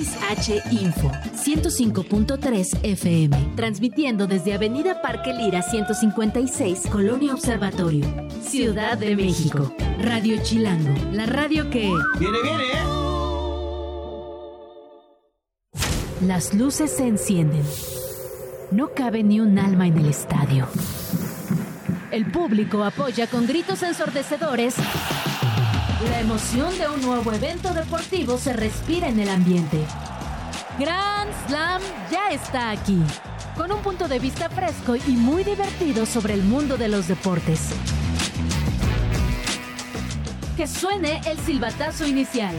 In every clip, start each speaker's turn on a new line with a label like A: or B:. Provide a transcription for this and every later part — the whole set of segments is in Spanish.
A: XH Info 105.3 FM, transmitiendo desde Avenida Parque Lira 156, Colonia Observatorio, Ciudad de México. Radio Chilango, la radio que...
B: ¡Viene, viene!
C: ¿eh?
A: Las luces se encienden. No cabe ni un alma en el estadio. El público apoya con gritos ensordecedores. La emoción de un nuevo evento deportivo se respira en el ambiente. Grand Slam ya está aquí, con un punto de vista fresco y muy divertido sobre el mundo de los deportes. Que suene el silbatazo inicial.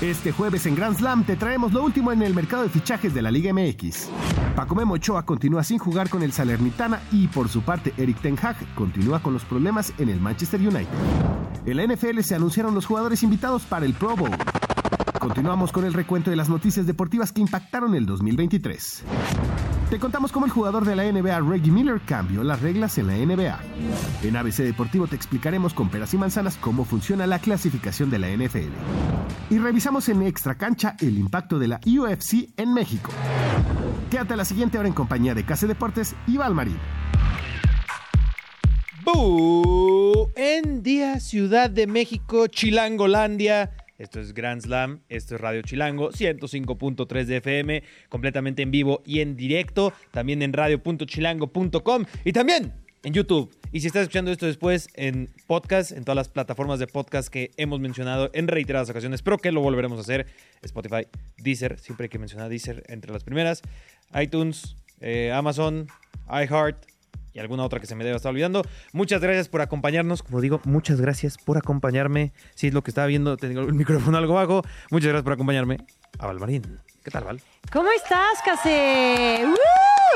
D: Este jueves en Grand Slam te traemos lo último en el mercado de fichajes de la Liga MX. Paco Memochoa continúa sin jugar con el Salernitana y por su parte Eric Ten Hag continúa con los problemas en el Manchester United. En la NFL se anunciaron los jugadores invitados para el Pro Bowl. Continuamos con el recuento de las noticias deportivas que impactaron el 2023. Te contamos cómo el jugador de la NBA Reggie Miller cambió las reglas en la NBA. En ABC Deportivo te explicaremos con peras y manzanas cómo funciona la clasificación de la NFL. Y revisamos en Extra Cancha el impacto de la UFC en México. Quédate a la siguiente hora en compañía de Case Deportes y Valmarín.
E: En día Ciudad de México, Chilangolandia. Esto es Grand Slam, esto es Radio Chilango, 105.3 de FM, completamente en vivo y en directo, también en radio.chilango.com y también en YouTube. Y si estás escuchando esto después en podcast, en todas las plataformas de podcast que hemos mencionado en reiteradas ocasiones, pero que lo volveremos a hacer, Spotify, Deezer, siempre hay que mencionar Deezer entre las primeras, iTunes, eh, Amazon, iHeart, y alguna otra que se me debe estar olvidando. Muchas gracias por acompañarnos. Como digo, muchas gracias por acompañarme. Si es lo que estaba viendo, tengo el micrófono algo bajo. Muchas gracias por acompañarme a Valmarín. ¿Qué tal, Val?
C: ¿Cómo estás, Case? ¡Uh!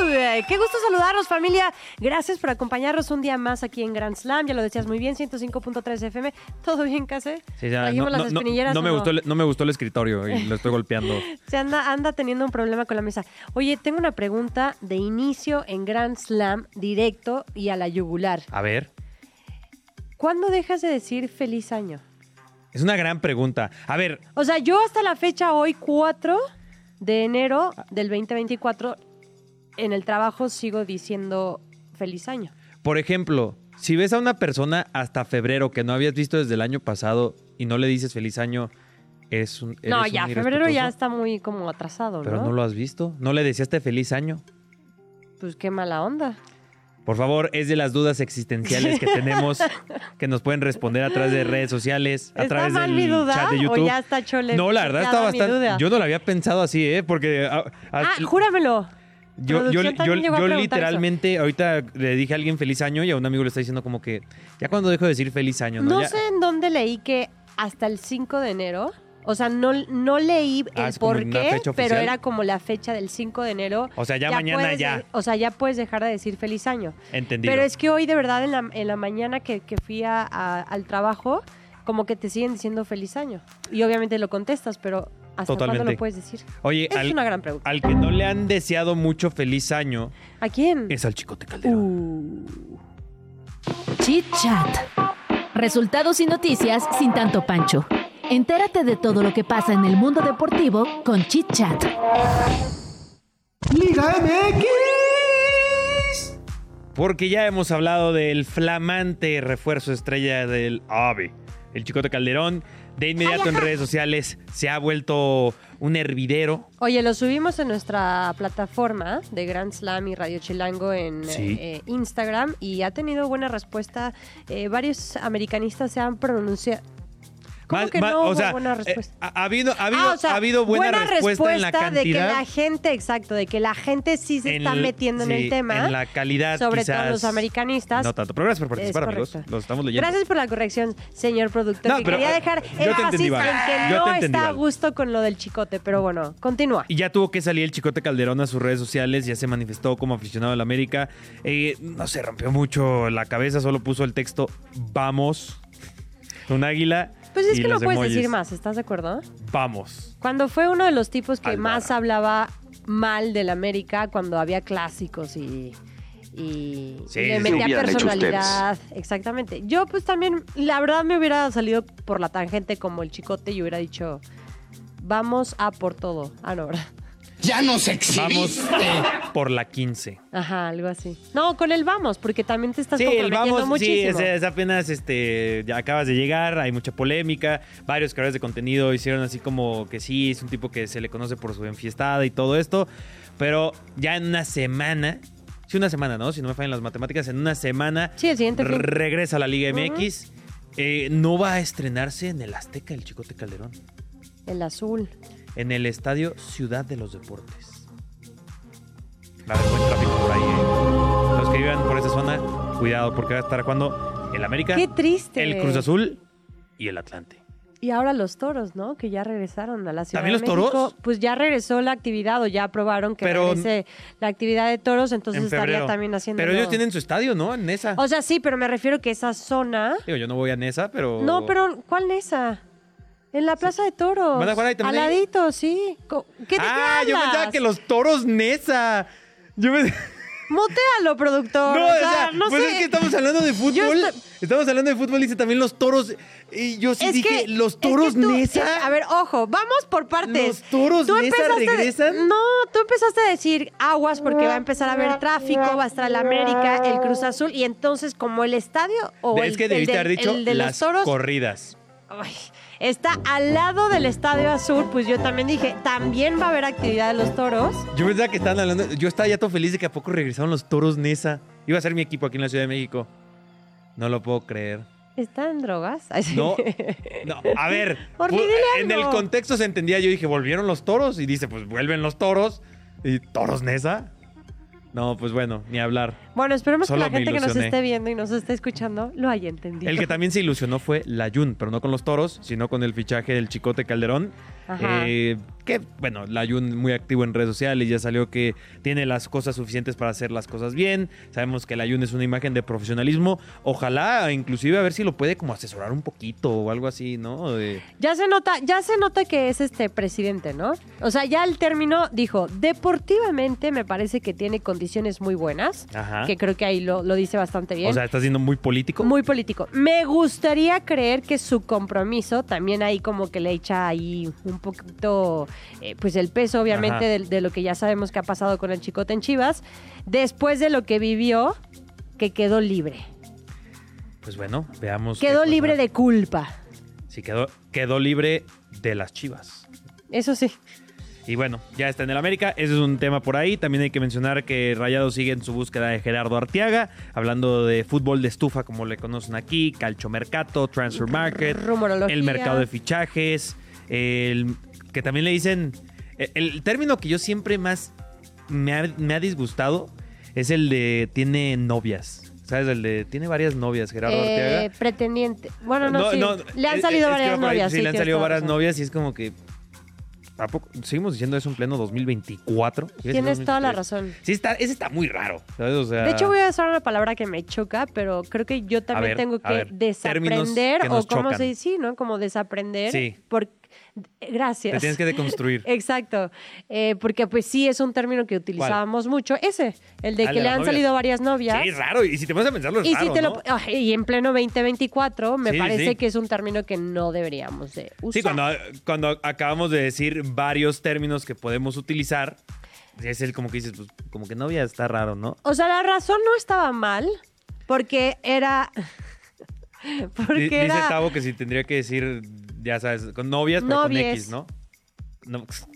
C: Qué gusto saludarlos, familia. Gracias por acompañarnos un día más aquí en Grand Slam. Ya lo decías muy bien, 105.3 FM. ¿Todo bien, Case?
E: Sí, ya,
C: Trajimos
E: no,
C: las
E: no- no-
C: espinilleras,
E: no me
C: ¿o
E: gustó el, no me gustó el escritorio y lo estoy golpeando.
C: Se anda, anda teniendo un problema con la mesa. Oye, tengo una pregunta de inicio en Grand Slam, directo y a la yugular.
E: A ver.
C: ¿Cuándo dejas de decir feliz año?
E: Es una gran pregunta. A ver,
C: O sea, yo hasta la fecha hoy, 4 de enero del 2024, en el trabajo sigo diciendo feliz año.
E: por ejemplo, si ves a una persona hasta febrero que no habías visto desde el año pasado y no le dices feliz año, es un.
C: No,
E: eres un
C: ya, febrero ya
E: irrespetuoso,
C: está muy como atrasado,
E: Pero
C: ¿no?
E: no lo has visto. No le deseaste feliz año.
C: Pues qué mala onda.
E: Por favor, es de las dudas existenciales que tenemos que nos pueden responder a través de redes sociales, a
C: ¿Está
E: través
C: mal
E: del
C: mi duda
E: chat de
C: o
E: YouTube.
C: ya está chole-
E: No, la verdad está
C: chequeada mi
E: bastante.
C: duda?
E: Yo no lo había pensado así, ¿eh? Porque a- a-
C: Ah, júramelo.
E: yo, yo,
C: producción
E: yo-
C: también llegó a
E: yo
C: preguntar
E: literalmente ahorita le dije a alguien feliz año y a un amigo le está diciendo como que ya cuando dejo de decir feliz año, ¿no?
C: No
E: Ya-
C: sé en dónde leí que hasta el 5 de enero, o sea, no, no leí el
E: Ah, es como
C: por
E: una
C: qué,
E: fecha
C: pero
E: oficial.
C: era como la fecha del 5 de enero.
E: O sea, ya mañana
C: puedes
E: ya.
C: de- o sea, ya puedes dejar de decir feliz año.
E: Entendido.
C: Pero es que hoy de verdad en la, en la mañana que, que fui a- a- al trabajo, como que te siguen diciendo feliz año. Y obviamente lo contestas, pero ¿hasta cuándo
E: Totalmente.
C: lo puedes decir?
E: Oye,
C: Esa
E: al,
C: es una gran pregunta.
E: al que no le han deseado mucho feliz año
C: ¿A quién?
E: es al Chicote Calderón.
C: Uh.
A: Chit Chat. Resultados y noticias sin tanto pancho. Entérate de todo lo que pasa en el mundo deportivo con Chit Chat.
B: ¡Liga MX!
E: Porque ya hemos hablado del flamante refuerzo estrella del AVE, el Chicote Calderón. De inmediato en redes sociales se ha vuelto un hervidero.
C: Oye, lo subimos en nuestra plataforma de Grand Slam y Radio Chilango en
E: Sí.
C: eh, Instagram y ha tenido buena respuesta. Eh, varios americanistas se han pronunciado. ¿Cómo
E: Más-
C: que
E: más-
C: no
E: o
C: hubo
E: sea,
C: buena
E: eh,
C: respuesta?
E: ha, ha habido, ha habido,
C: Ah, o sea,
E: ha habido buena, respuesta, en la
C: respuesta de que
E: cantidad.
C: la gente, exacto, de que la gente sí se
E: en
C: está
E: l-
C: metiendo en
E: sí,
C: el tema.
E: En la calidad,
C: sobre
E: quizás,
C: todo los americanistas.
E: No tanto, pero gracias por participar,
C: Es
E: amigos.
C: correcto.
E: Los estamos leyendo.
C: Gracias por la corrección, señor productor.
E: No,
C: que
E: pero,
C: quería
E: eh,
C: dejar
E: yo te
C: énfasis
E: entendí,
C: en
E: Val.
C: que
E: Yo
C: no
E: te entendí,
C: está a
E: Val.
C: gusto con lo del chicote, pero bueno, continúa.
E: Y ya tuvo que salir el Chicote Calderón a sus redes sociales, ya se manifestó como aficionado al América. Eh, no se rompió mucho la cabeza, solo puso el texto Vamos, un águila.
C: Pues es
E: y
C: que no
E: los
C: puedes
E: emojis.
C: decir más, ¿estás de acuerdo?
E: Vamos.
C: Cuando fue uno de los tipos que
E: Almada.
C: más hablaba mal del América cuando había clásicos y, y y
E: Sí,
C: le
E: sí,
C: metía
B: sí. Hubieran hecho
C: personalidad. Exactamente. Yo pues también, la verdad me hubiera salido por la tangente como el chicote y hubiera dicho, vamos a por todo. Ah, no, ¿verdad?
F: Ya nos
E: Vamos
F: exhibiste.
E: por la 15.
C: Ajá, algo así. No, con el vamos, porque también te estás
E: Sí, el
C: comprometiendo
E: vamos, sí,
C: muchísimo.
E: es, es apenas, este, ya acabas de llegar, hay mucha polémica, varios creadores de contenido hicieron así como que sí, es un tipo que se le conoce por su enfiestada y todo esto, pero ya en una semana, sí, una semana, ¿no? Si no me fallan las matemáticas, en una semana
C: Sí, el siguiente fin.
E: regresa a la Liga MX, eh, no va a estrenarse en el Azteca el Chicote Calderón,
C: El azul.
E: en el Estadio Ciudad de los Deportes. Va a haber buen tráfico por ahí, ¿eh? Los que vivan por esa zona, cuidado, porque va a estar jugando el América.
C: Qué triste.
E: El Cruz Azul y el Atlante.
C: Y ahora los toros, ¿no? Que ya regresaron a la ciudad.
E: ¿También
C: de
E: los
C: México.
E: toros?
C: Pues ya regresó la actividad o ya aprobaron que
E: Pero-
C: regrese la actividad de toros, entonces
E: en febrero.
C: estaría también haciendo.
E: Pero ellos tienen su estadio, ¿no? En esa.
C: O sea, sí, pero me refiero que esa zona.
E: Digo, yo no voy a Nesa, pero.
C: No, pero ¿cuál esa? En la Plaza de Toros.
E: ¿Van a jugar ahí también ahí?
C: Aladito, sí. Co- ¿Qué te
E: Ah, yo pensaba que los toros Nesa. Yo me...
C: Motealo,
E: No,
C: productor.
E: o sea,
C: no
E: pues
C: sé.
E: es que estamos hablando de
C: Yo
E: fútbol.
C: estoy-
E: Estamos hablando de fútbol y dice también los toros. Y yo sí
C: Es
E: dije,
C: que-
E: los
C: es que
E: toros
C: tú-
E: Nesa.
C: es- a ver, ojo, vamos por partes.
E: ¿Los toros
C: Tú
E: Nesa
C: empezaste-
E: regresan?
C: No, tú empezaste a decir aguas porque va a empezar a haber tráfico, va a estar el América, el Cruz Azul y entonces como el estadio o
E: es
C: el,
E: que
C: el
E: debiste
C: del-
E: haber dicho
C: el de
E: las
C: los toros
E: corridas.
C: ay, está al lado del estadio azul, pues yo también dije, también va a haber actividad de los toros.
E: Yo pensaba que estaban hablando. Yo estaba ya todo feliz de que a poco regresaron los toros Nesa. Iba a ser mi equipo aquí en la Ciudad de México. No lo puedo creer.
C: ¿Están drogas? Ay, sí.
E: No, no, a ver,
C: Orly,
E: pu-
C: dile
E: en el
C: algo.
E: contexto se entendía, yo dije, volvieron los toros y dice, pues vuelven los toros y toros Nesa. No, pues bueno, ni hablar.
C: Bueno, esperemos que
E: Solo
C: la
E: me
C: gente que nos
E: ilusioné.
C: esté viendo y nos esté escuchando lo haya entendido.
E: El que también se ilusionó fue Layun, pero no con los toros, sino con el fichaje del Chicote Calderón.
C: Ajá.
E: Eh, que, bueno, Layun muy activo en redes sociales, ya salió que tiene las cosas suficientes para hacer las cosas bien. Sabemos que Layun es una imagen de profesionalismo. Ojalá, inclusive, a ver si lo puede como asesorar un poquito o algo así, ¿no? De-
C: Ya se nota, ya se nota que es este presidente, ¿no? O sea, ya el término dijo, deportivamente me parece que tiene condiciones muy buenas,
E: Ajá.
C: que creo que ahí lo, lo dice bastante bien.
E: o sea, está siendo muy político.
C: muy político. Me gustaría creer que su compromiso también ahí como que le echa ahí un poquito, eh, pues el peso obviamente
E: Ajá.
C: de, de lo que ya sabemos que ha pasado con el chicote en Chivas, después de lo que vivió, que quedó libre.
E: Pues bueno, veamos. qué
C: Quedó
E: pasa.
C: libre de culpa.
E: Sí, quedó, quedó libre de las chivas.
C: Eso sí.
E: Y bueno, ya está en el América. Ese es un tema por ahí. También hay que mencionar que Rayado sigue en su búsqueda de Gerardo Arteaga, hablando de fútbol de estufa, como le conocen aquí, calchomercato, transfer market,
C: Rumorología.
E: el mercado de fichajes, el, que también le dicen. El, el término que yo siempre más me ha, me ha disgustado es el de tiene novias. ¿Sabes? El de tiene varias novias, Gerardo Arteaga.
C: Eh, pretendiente. Bueno, no, sí. le han
E: es-
C: salido
E: es que
C: varias
E: va por ahí.
C: novias.
E: Sí, le han
C: tienes
E: salido
C: toda la
E: varias
C: razón.
E: novias y es como que. ¿A poco? Seguimos diciendo eso en pleno 2024. Iba a decir
C: Tienes toda
E: 2023.
C: la razón.
E: Sí, está, ese está muy raro. ¿sabes? O sea,
C: De hecho, voy a usar una palabra que me choca, pero creo que yo también
E: ver,
C: tengo
E: a
C: que
E: ver,
C: desaprender
E: términos que
C: o
E: nos
C: cómo
E: chocan.
C: se dice, ¿no? Como desaprender.
E: Sí.
C: por- Gracias.
E: Te tienes que deconstruir.
C: Exacto. Eh, porque pues sí es un término que utilizábamos mucho. Ese, el
E: Ah,
C: de que
E: de
C: le
E: las
C: han
E: novias.
C: salido varias novias.
E: sí, raro. Y si te vas a pensarlo, es
C: y,
E: raro.
C: si te
E: ¿no?
C: lo, ay, y en pleno 2024 me
E: Sí, sí,
C: parece
E: sí.
C: que es un término que no deberíamos de usar.
E: Sí, cuando, cuando acabamos de decir varios términos que podemos utilizar, es el como que dices, pues, como que novia está raro, ¿no?
C: O sea, la razón no estaba mal, porque era.
E: Di-
C: porque
E: Dice
C: era.
E: Tavo que si tendría que decir, ya sabes, con novias, pero con
C: Novies.
E: X, ¿no? No, pues,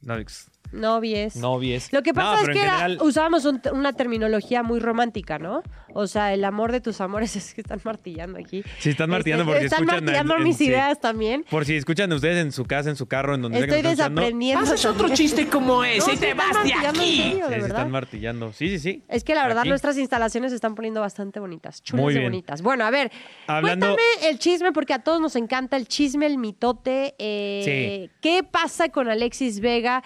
E: novies.
C: Novies.
E: Novies.
C: Lo que
E: No,
C: pasa es
E: pero
C: que
E: en
C: era-
E: general-
C: usábamos un- una terminología muy romántica, ¿no? O sea, el amor de tus amores es que están martillando aquí.
E: Sí, están martillando porque
C: Están
E: escuchan en-
C: martillando
E: en-
C: mis
E: sí.
C: ideas también.
E: Por si escuchan ustedes en su casa, en su carro, en donde sea que
C: Estoy
E: nos estén escuchando,
C: desaprendiendo.
F: Haces otro
C: también.
F: chiste como
C: No,
F: ese y
C: sí
F: Pues, te
C: están
F: vas de
C: martillando en
F: aquí.
C: serio, de
E: Sí, se
C: verdad.
E: están martillando. Sí, sí, sí.
C: Es que la verdad
E: Aquí.
C: nuestras instalaciones se están poniendo bastante bonitas, chulas
E: Muy
C: y
E: bien.
C: bonitas. Bueno, a ver,
E: Hablando-
C: cuéntame el chisme porque a todos nos encanta el chisme, el mitote. eh, ¿Qué pasa con Alexis Vega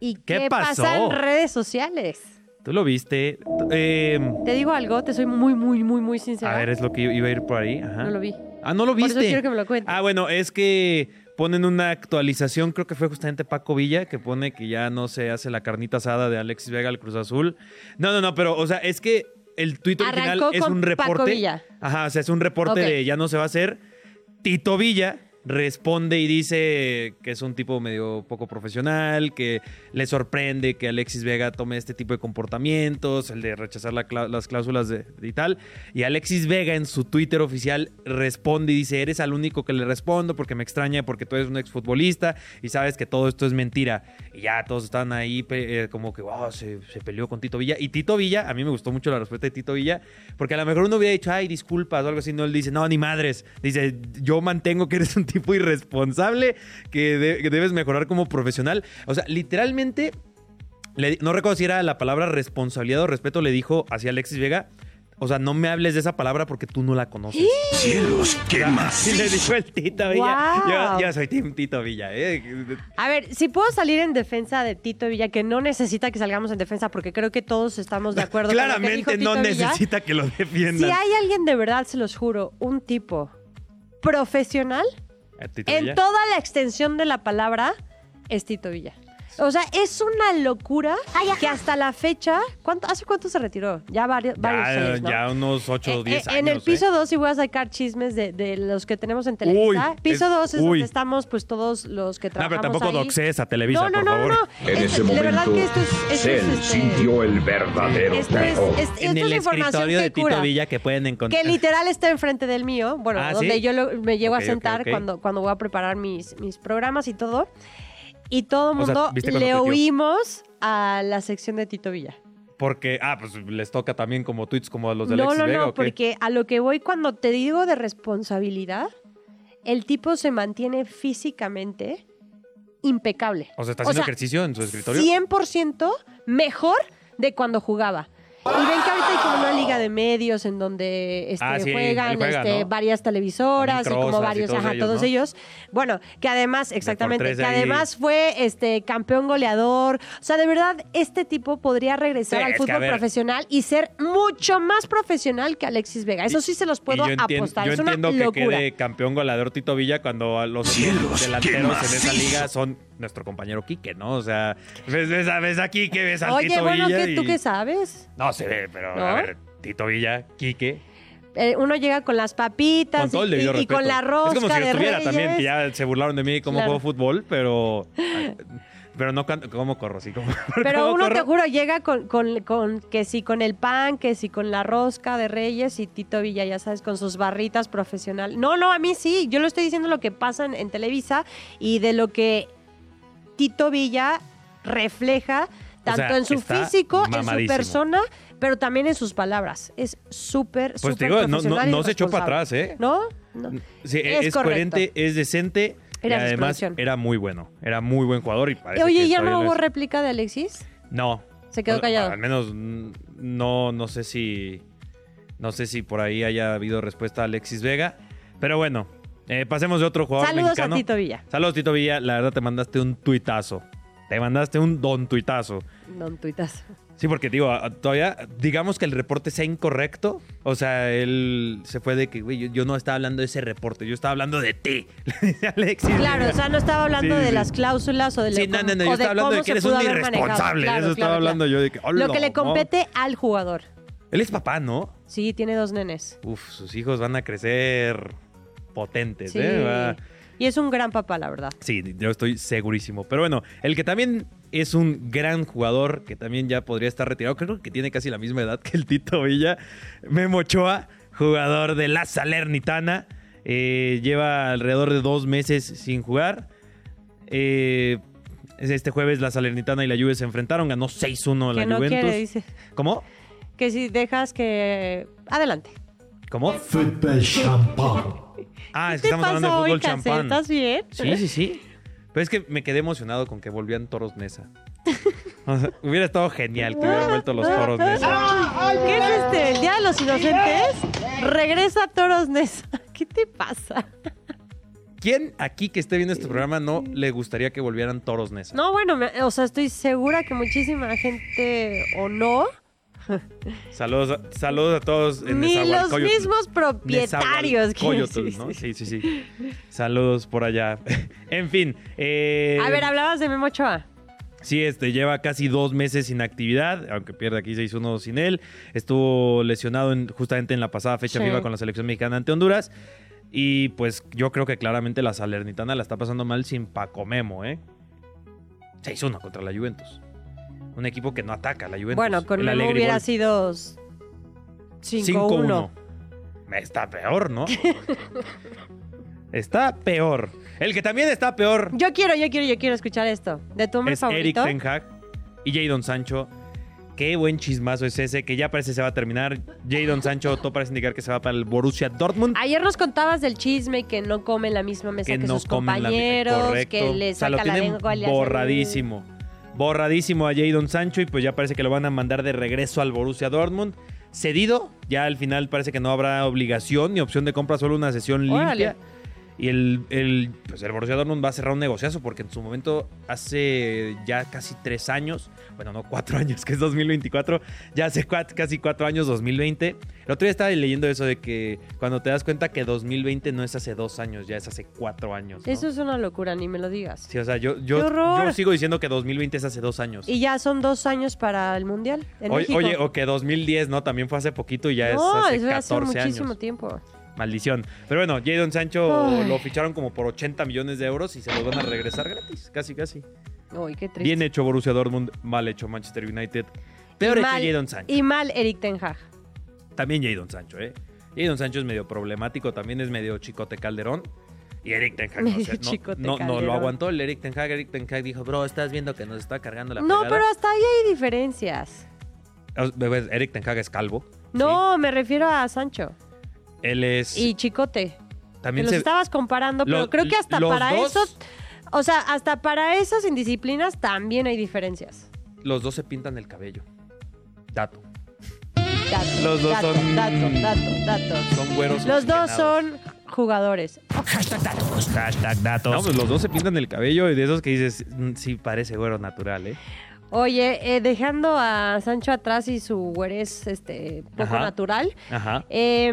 C: y qué,
E: ¿Qué
C: pasa
E: pasó?
C: en redes sociales?
E: Tú lo viste. Eh,
C: Te digo algo, te soy muy, muy, muy, muy sincera.
E: a ver, es lo que yo iba a ir por ahí. Ajá.
C: No lo vi.
E: Ah, no lo
C: Por
E: viste.
C: eso quiero que me lo cuentes.
E: Ah, bueno, es que ponen una actualización, creo que fue justamente Paco Villa, que pone que ya no se hace la carnita asada de Alexis Vega al Cruz Azul. No, no, no, pero, o sea, es que el tuit original
C: Arrancó
E: es
C: con
E: un
C: Paco
E: reporte.
C: Villa.
E: Ajá, o sea, es un reporte
C: Ok.
E: de ya no se va a hacer. Tito Villa responde y dice que es un tipo medio poco profesional, que le sorprende que Alexis Vega tome este tipo de comportamientos, el de rechazar la clá- las cláusulas de, y tal. Y Alexis Vega en su Twitter oficial responde y dice, eres al único que le respondo porque me extraña porque tú eres un exfutbolista y sabes que todo esto es mentira. Y ya todos están ahí pe- eh, como que, wow, se, se peleó con Tito Villa. Y Tito Villa, a mí me gustó mucho la respuesta de Tito Villa, porque a lo mejor uno hubiera dicho, ay, disculpas o algo así. No, él dice, no, ni madres. Dice, yo mantengo que eres un tipo irresponsable, que, de- que debes mejorar como profesional. O sea, literalmente, le di- no recuerdo si era la palabra responsabilidad o respeto, le dijo hacia Alexis Vega. O sea, no me hables de esa palabra porque tú no la conoces.
B: Cielos, qué más.
E: Y le dijo el Tito Villa.
C: Guau.
E: Yo, yo soy Team Tito Villa. ¿eh?
C: A ver, si puedo salir en defensa de Tito Villa, que no necesita que salgamos en defensa, porque creo que todos estamos de acuerdo con lo que dijo
E: Claramente
C: Tito
E: no
C: Villa.
E: necesita que lo defiendan.
C: Si hay alguien de verdad, se los juro, un tipo profesional
E: ¿A Eh, Tito Villa?
C: en toda la extensión de la palabra, es Tito Villa. O sea, es una locura que hasta la fecha, ¿cuánto, ¿hace cuánto se retiró? Ya varios, varios
E: ya,
C: años, ¿no?
E: ya unos 8
C: Eh,
E: o 10
C: eh,
E: años.
C: En el
E: ¿eh?
C: piso 2 sí voy a sacar chismes de, de los que tenemos en Televisa.
E: Uy,
C: piso
E: es-
C: 2 es,
E: uy.
C: donde estamos pues todos los que
E: No, pero
C: trabajamos
E: tampoco
C: ahí.
E: doxees a Televisa,
C: no, no,
E: por
C: no,
E: favor.
C: No, no.
B: En
C: Es-
B: ese
C: de verdad
B: momento,
C: que esto es, esto es,
B: Cell
C: este,
B: sintió el verdadero
C: esto es,
B: terror.
C: es- esto
E: En
C: es
E: el
C: información
E: escritorio
C: que
E: de Tito
C: cura.
E: Villa que pueden encontrar.
C: Que literal está enfrente del mío, bueno,
E: Ah,
C: donde
E: ¿sí?
C: yo lo- me llego
E: Ok,
C: a
E: ok,
C: sentar
E: ok.
C: Cuando, cuando voy a preparar mis, mis programas y todo. Y todo el
E: O sea,
C: mundo
E: ¿viste cuando
C: le
E: tuiteó?
C: oímos a la sección de Tito Villa.
E: Porque, ah, pues les toca también como tweets como a los Pues de
C: no,
E: Alexis
C: no,
E: Vega.
C: no,
E: ¿o qué?
C: porque a lo que voy cuando te digo de responsabilidad, el tipo se mantiene físicamente impecable.
E: O sea, está haciendo
C: o sea,
E: ejercicio en su escritorio.
C: 100% mejor de cuando jugaba. Y ven que ahorita hay como una liga de medios en donde este,
E: Ah, sí,
C: juegan
E: él juega,
C: este,
E: ¿no?
C: varias televisoras y
E: También
C: como
E: Crozas y
C: varios,
E: todos
C: ajá,
E: ellos,
C: todos
E: ¿no?
C: ellos. Bueno, que además, exactamente,
E: Deportes
C: que
E: ahí.
C: además fue este campeón goleador. O sea, de verdad, este tipo podría regresar
E: Sí,
C: al
E: es que, a
C: fútbol
E: ver.
C: profesional y ser mucho más profesional que Alexis Vega. Eso sí se los puedo
E: y yo entien-
C: apostar.
E: Yo
C: es una
E: entiendo que
C: locura.
E: quede campeón goleador Tito Villa cuando a los
B: Cielos, qué
E: delanteros en esa
B: macizo.
E: liga son nuestro compañero Quique, ¿no? O sea, ves, ves, a- ves a Quique, ves al
C: Oye,
E: Tito
C: bueno,
E: Villa.
C: ¿qué- ¿tú
E: y-
C: qué sabes?
E: No se ve, pero
C: ¿No?
E: a ver, Tito Villa, Quique.
C: Eh, uno llega con las papitas
E: Con todo el
C: y,
E: debido
C: y- y con
E: respeto.
C: la rosca
E: Es como si yo
C: de
E: estuviera también,
C: Reyes.
E: que ya se burlaron de mí como
C: Claro.
E: juego fútbol, pero. ay, Pero no canto, ¿cómo corro? Sí, como,
C: Pero
E: ¿cómo
C: uno, te
E: corro?
C: juro, llega con, con- con- que sí con el pan, que sí con la rosca de Reyes y Tito Villa, ya sabes, con sus barritas profesional. No, no, a mí sí, yo lo estoy diciendo lo que pasa en, en Televisa y de lo que Tito Villa refleja tanto
E: sea,
C: en su
E: está
C: físico, en su
E: mamadísimo.
C: persona, pero también en sus palabras. Es súper,
E: Pues te
C: súper
E: digo, no, no,
C: profesional y
E: no se echó para
C: responsable.
E: atrás, ¿eh?
C: ¿No? No.
E: Sí, e-
C: es
E: es,
C: correcto.
E: coherente, es decente.
C: Era
E: y
C: su
E: además
C: producción.
E: era muy bueno. Era muy buen jugador y parece
C: Oye,
E: que
C: ¿ya
E: todavía
C: no
E: lo
C: hubo
E: es.
C: réplica de Alexis?
E: No.
C: Se quedó
E: O-
C: callado.
E: Al menos mm, no, no sé si. No sé si por ahí haya habido respuesta a Alexis Vega. Pero bueno, eh, pasemos de otro jugador
C: Saludos
E: mexicano.
C: a Tito Villa.
E: Saludos, Tito Villa. La verdad, te mandaste un tuitazo. Te mandaste un don tuitazo.
C: No tuitas.
E: Sí, porque digo, a- todavía, digamos que el reporte sea incorrecto. O sea, él se fue de que, güey, yo, yo no estaba hablando de ese reporte, yo estaba hablando de ti. Le dice Alexis.
C: Claro, o sea, no estaba hablando
E: Sí, sí,
C: de
E: sí.
C: las cláusulas o de
E: Sí,
C: lo-
E: no, no,
C: o
E: no, yo estaba hablando de
C: cómo
E: que
C: se
E: eres
C: pudo
E: un
C: haber manejado.
E: irresponsable.
C: Claro,
E: Eso estaba
C: claro,
E: hablando
C: claro.
E: yo de que. "Hola,
C: Lo que le
E: mamá".
C: compete al jugador.
E: Él es papá, ¿no?
C: Sí, tiene dos nenes.
E: Uf, sus hijos van a crecer potentes,
C: Sí.
E: ¿eh? Va-
C: Y es un gran papá, la verdad.
E: Sí, yo estoy segurísimo. Pero bueno, el que también es un gran jugador, que también ya podría estar retirado, creo que tiene casi la misma edad que el Tito Villa, Memo Ochoa, jugador de la Salernitana, eh, lleva alrededor de dos meses sin jugar. Eh, este jueves la Salernitana y la Juve se enfrentaron, ganó 6-1 la
C: Que no
E: Juventus.
C: quiere, dice.
E: ¿Cómo?
C: Que si dejas que... Adelante.
E: ¿Cómo?
F: Football champagne.
E: Ah, es que
C: ¿Qué
E: estamos hablando de
C: hoy,
E: fútbol
C: Case?
E: champán.
C: ¿Estás bien?
E: Sí, sí, sí. Pero es que me quedé emocionado con que volvían toros Nesa. O sea, hubiera estado genial que hubieran vuelto los toros Nesa.
C: ¿Qué es este? ¿El Día de los Inocentes? Regresa Toros Nesa. ¿Qué te pasa?
E: ¿Quién aquí que esté viendo este programa no le gustaría que volvieran toros Nesa?
C: No, bueno, me- o sea, estoy segura que muchísima gente o no,
E: Saludos, a- saludos a todos en
C: Ni los
E: Nezahualcóyotl.
C: mismos propietarios. que
E: Nezahualcóyotl,
C: sí,
E: ¿no?
C: sí, sí.
E: Sí, sí, sí. Saludos por allá. en fin. eh,
C: A ver, hablabas de Memo Ochoa.
E: Sí, este lleva casi dos meses sin actividad, aunque pierde aquí 6-1 sin él. Estuvo lesionado en- justamente en la pasada fecha
C: Sí.
E: viva con la selección mexicana ante Honduras. Y pues yo creo que claramente la Salernitana la está pasando mal sin Paco Memo, ¿eh? 6-1 contra la Juventus. Un equipo que no ataca, la Juventus.
C: Bueno, con
E: El
C: Memo
E: Allegri
C: hubiera
E: gol.
C: sido 5-1.
E: Está peor, ¿no? está peor. El que también está peor
C: Yo quiero, yo quiero, yo quiero escuchar esto. De tu hombre
E: es Eric
C: favorito.
E: Ten Hag y Jadon Sancho. Qué buen chismazo es ese, que ya parece se va a terminar. Jadon Sancho, todo parece indicar que se va para el Borussia Dortmund.
C: Ayer nos contabas del chisme que no come en la misma mesa que, sus
E: comen la-
C: compañeros,
E: correcto.
C: que le
E: O sea,
C: saca
E: lo
C: la
E: tienen
C: lengua y le hace-
E: borradísimo. Borradísimo a Jadon Sancho y pues ya parece que lo van a mandar de regreso al Borussia Dortmund. Cedido, ya al final parece que no habrá obligación ni opción de compra, solo una sesión
C: Órale.
E: limpia. Y el, el, pues el Borussia Dortmund va a cerrar un negociazo porque en su momento, hace ya casi tres años, bueno, no cuatro años, que es 2024, ya hace cuat- casi cuatro años, 2020. El otro día estaba leyendo eso de que cuando te das cuenta que 2020 no es hace dos años, ya es hace cuatro años. ¿no?
C: Eso es una locura, ni me lo digas.
E: Sí, o sea, yo,
C: ¡Qué
E: yo,
C: horror!
E: yo sigo diciendo que 2020 es hace dos años.
C: Y ya son dos años para el Mundial en
E: oye,
C: México.
E: oye, o que 2010, ¿no? También fue hace poquito y ya es
C: no, eso
E: hace
C: fue hace
E: 14
C: muchísimo
E: años.
C: tiempo.
E: Maldición. Pero bueno, Jadon Sancho
C: Ay.
E: lo ficharon como por 80 millones de euros y se los van a regresar gratis. Casi, casi.
C: Uy, qué triste.
E: Bien hecho Borussia Dortmund, mal hecho Manchester United. Peor hecho
C: mal,
E: Jadon Sancho.
C: Y mal Eric Ten Hag.
E: También Jadon Sancho, ¿eh? Jadon Sancho es medio problemático, también es medio chicote Calderón. Y Eric Ten Hag no,
C: Medio
E: sé, no-
C: chicote
E: no, no
C: Calderón.
E: lo aguantó el Eric Ten Hag. Eric Ten Hag dijo, bro, estás viendo que nos está cargando la
C: No,
E: fregada".
C: pero hasta ahí hay diferencias.
E: O- bebé, Eric Ten Hag es calvo.
C: No, me refiero a Sancho
E: Sí. Él es.
C: y Chicote. Que
E: también
C: los
E: se-
C: estabas comparando, pero
E: Lo-
C: creo que hasta
E: los
C: para
E: dos-
C: esos... O sea, hasta para esas indisciplinas también hay diferencias.
E: los dos se pintan el cabello. Dato.
C: Dato,
E: Los dos
C: dato,
E: son-
C: Dato, dato, dato.
E: Son güeros.
C: Los dos
E: oxigenados.
C: son jugadores.
E: No, pues los dos se pintan el cabello y de esos que dices, "Mm, sí parece güero natural, ¿eh?
C: Oye, eh, dejando a Sancho atrás y su güerez este, poco
E: Ajá.
C: natural,
E: Ajá.
C: eh,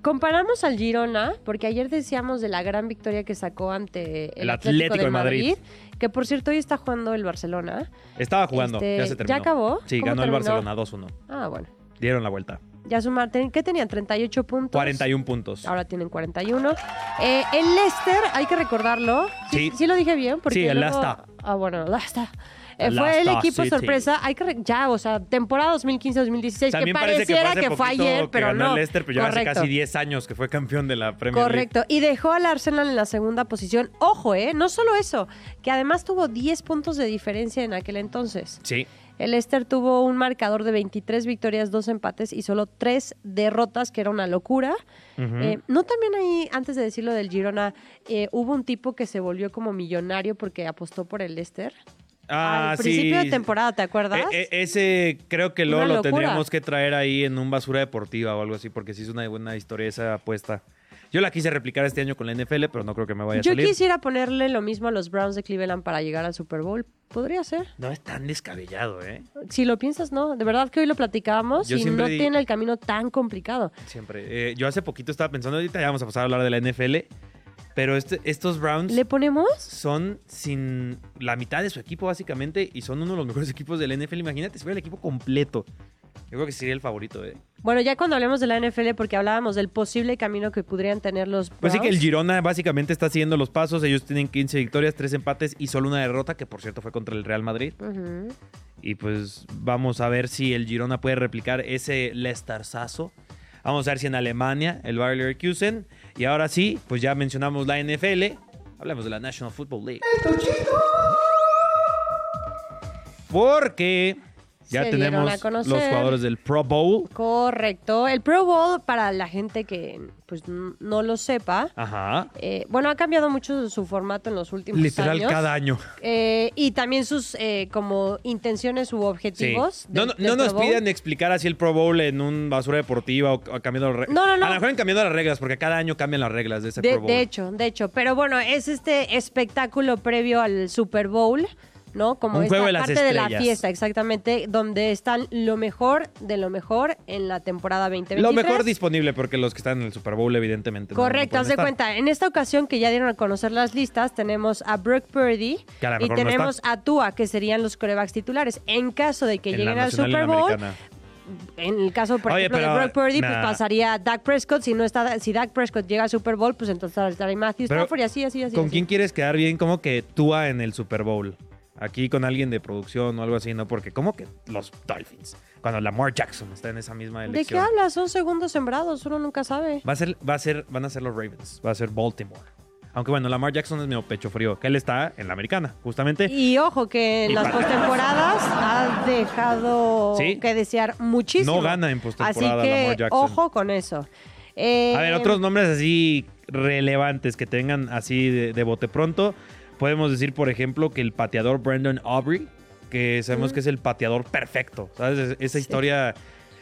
C: comparamos al Girona, porque ayer decíamos de la gran victoria que sacó ante el,
E: El
C: Atlético,
E: Atlético
C: de
E: de
C: Madrid,
E: Madrid.
C: que por cierto hoy está jugando el Barcelona.
E: Estaba jugando,
C: Este,
E: ya se
C: ¿ya
E: terminó.
C: acabó?
E: Sí,
C: ¿Cómo
E: ganó el
C: terminó?
E: Barcelona 2-1.
C: Ah, bueno.
E: Dieron la vuelta.
C: Ya sumar, ten- ¿qué tenían? 38 puntos.
E: 41 puntos.
C: Ahora tienen 41. Eh, el Leicester, hay que recordarlo. Sí,
E: Sí.
C: sí lo dije bien, porque
E: Sí, el
C: luego-
E: Asta.
C: Ah, bueno, el Asta. Eh,
E: El
C: fue el
E: Asta
C: equipo
E: City.
C: sorpresa. Hay que re- ya, o sea, temporada 2015-2016 que
E: También parece que fue,
C: pareciera
E: hace
C: que fue,
E: poquito
C: ayer,
E: que
C: pero
E: ganó
C: no.
E: el Leicester, pero ya hace
C: Correcto.
E: casi 10 años que fue campeón de la Premier League.
C: Correcto. Y dejó al Arsenal en la segunda posición. Ojo, eh, no solo eso, que además tuvo 10 puntos de diferencia en aquel entonces.
E: Sí.
C: El Leicester tuvo un marcador de 23 victorias, 2 empates y solo 3 derrotas, que era una locura. Eh, no también ahí, antes de decir lo del Girona, eh, hubo un tipo que se volvió como millonario porque apostó por el Leicester.
E: Ah,
C: Al
E: sí.
C: principio de temporada, ¿te acuerdas?
E: E- e- ese creo que luego
C: Una
E: lo
C: locura.
E: tendríamos que traer ahí en un basura deportiva o algo así, porque sí es una buena historia esa apuesta. Yo la quise replicar este año con la NFL, pero no creo que me vaya a
C: Yo
E: salir.
C: quisiera ponerle lo mismo a los Browns de Cleveland para llegar al Super Bowl. Podría ser.
E: No es tan descabellado, ¿eh?
C: Si lo piensas, no. De verdad que hoy lo platicábamos
E: Yo
C: y
E: siempre
C: no
E: di-
C: tiene el camino tan complicado.
E: Siempre. Eh, yo hace poquito estaba pensando, ahorita ya vamos a pasar a hablar de la NFL, pero este- estos Browns
C: ¿Le ponemos?
E: son sin la mitad de su equipo, básicamente, y son uno de los mejores equipos del NFL. Imagínate si fuera el equipo completo. Yo creo que sería el favorito, ¿eh?
C: Bueno, ya cuando hablemos de la NFL, porque hablábamos del posible camino que podrían tener los Browns.
E: Pues sí que el Girona básicamente está siguiendo los pasos. Ellos tienen 15 victorias, 3 empates y solo una derrota, que por cierto fue contra el Real Madrid.
C: Ujú.
E: Y pues vamos a ver si el Girona puede replicar ese Lesterzazo. Vamos a ver si en Alemania, el Bayer Leverkusen. Y ahora sí, pues ya mencionamos la NFL. Hablamos de la National Football League. Porque ya
C: Se dieron
E: tenemos
C: a conocer.
E: los jugadores del Pro Bowl.
C: Correcto. El Pro Bowl, para la gente que pues n- no lo sepa,
E: Ajá.
C: eh, bueno, ha cambiado mucho su formato en los últimos
E: Literal
C: años.
E: cada año.
C: Eh, y también sus eh, como intenciones u
E: Sí.
C: objetivos.
E: No,
C: del-
E: no,
C: del
E: no nos
C: Pro Bowl.
E: pidan explicar así el Pro Bowl en un basura deportiva o, o cambiando las reglas.
C: No, no, no.
E: A lo mejor en cambiando las reglas, porque cada año cambian las reglas de ese
C: De,
E: Pro Bowl.
C: de hecho, de hecho. Pero bueno, es este espectáculo previo al Super Bowl ¿no? Como
E: Un
C: esta
E: juego de las
C: parte de la
E: estrellas.
C: fiesta, exactamente, donde están lo mejor de lo mejor en la temporada 2023.
E: Lo mejor disponible, porque los que están en el Super Bowl, evidentemente. no- no
C: Correcto,
E: pueden
C: haz de
E: estar.
C: cuenta. En esta ocasión que ya dieron a conocer las listas, tenemos a Brooke Purdy
E: Que a lo
C: y
E: mejor no
C: tenemos
E: está.
C: a Tua, que serían los corebacks titulares. En caso de que
E: En la
C: lleguen al
E: nacional y la
C: Super Bowl,
E: americana.
C: en el caso, por
E: Oye,
C: ejemplo, de
E: pero,
C: Brock Purdy,
E: nah.
C: pues pasaría Dak Prescott. Si no está, si Dak Prescott llega al Super Bowl, pues entonces estaría Matthew
E: Pero,
C: Stafford y así, así, así.
E: ¿Con
C: así.
E: quién quieres quedar bien? Como que Tua en el Super Bowl. Aquí con alguien de producción o algo así, ¿no? Porque como que los Dolphins, cuando Lamar Jackson está en esa misma
C: ¿De qué
E: elección.
C: hablas? Son segundos sembrados, uno nunca sabe.
E: Va a ser, va a ser, van a ser los Ravens, va a ser Baltimore. Aunque bueno, Lamar Jackson es medio pecho frío, que él está en la americana, justamente.
C: Y ojo que en las postemporadas ha dejado
E: Sí.
C: que desear muchísimo.
E: No gana en postemporada
C: Así
E: Lamar
C: que
E: Jackson.
C: ojo con eso. Eh,
E: A ver, otros nombres así relevantes que tengan así de, de bote pronto. Podemos decir, por ejemplo, que el pateador Brandon Aubrey, que sabemos que es el pateador perfecto. ¿Sabes? Es- Esa historia.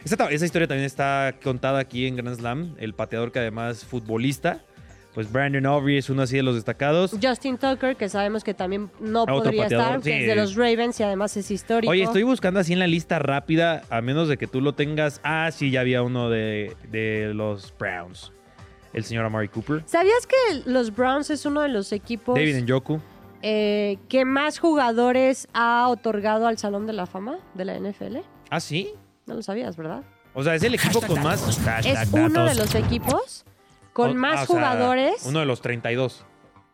E: Esa, ta- esa historia también está contada aquí en Grand Slam. El pateador que además es futbolista. Pues Brandon Aubrey es uno así de los destacados.
C: Justin Tucker, que sabemos que también no
E: Otro
C: podría
E: pateador,
C: estar, que
E: sí.
C: es de los Ravens y además es histórico.
E: Oye, estoy buscando así en la lista rápida, a menos de que tú lo tengas. Ah, sí, ya había uno de, de los Browns. El señor Amari Cooper.
C: ¿Sabías que los Browns es uno de los equipos
E: David Njoku.
C: eh, que más jugadores ha otorgado al Salón de la Fama de la NFL?
E: Ah, sí.
C: No lo sabías, ¿verdad?
E: O sea, es el equipo con más.
C: Es uno de los equipos con
E: O-
C: más
E: ah, o sea,
C: jugadores.
E: uno de los 32.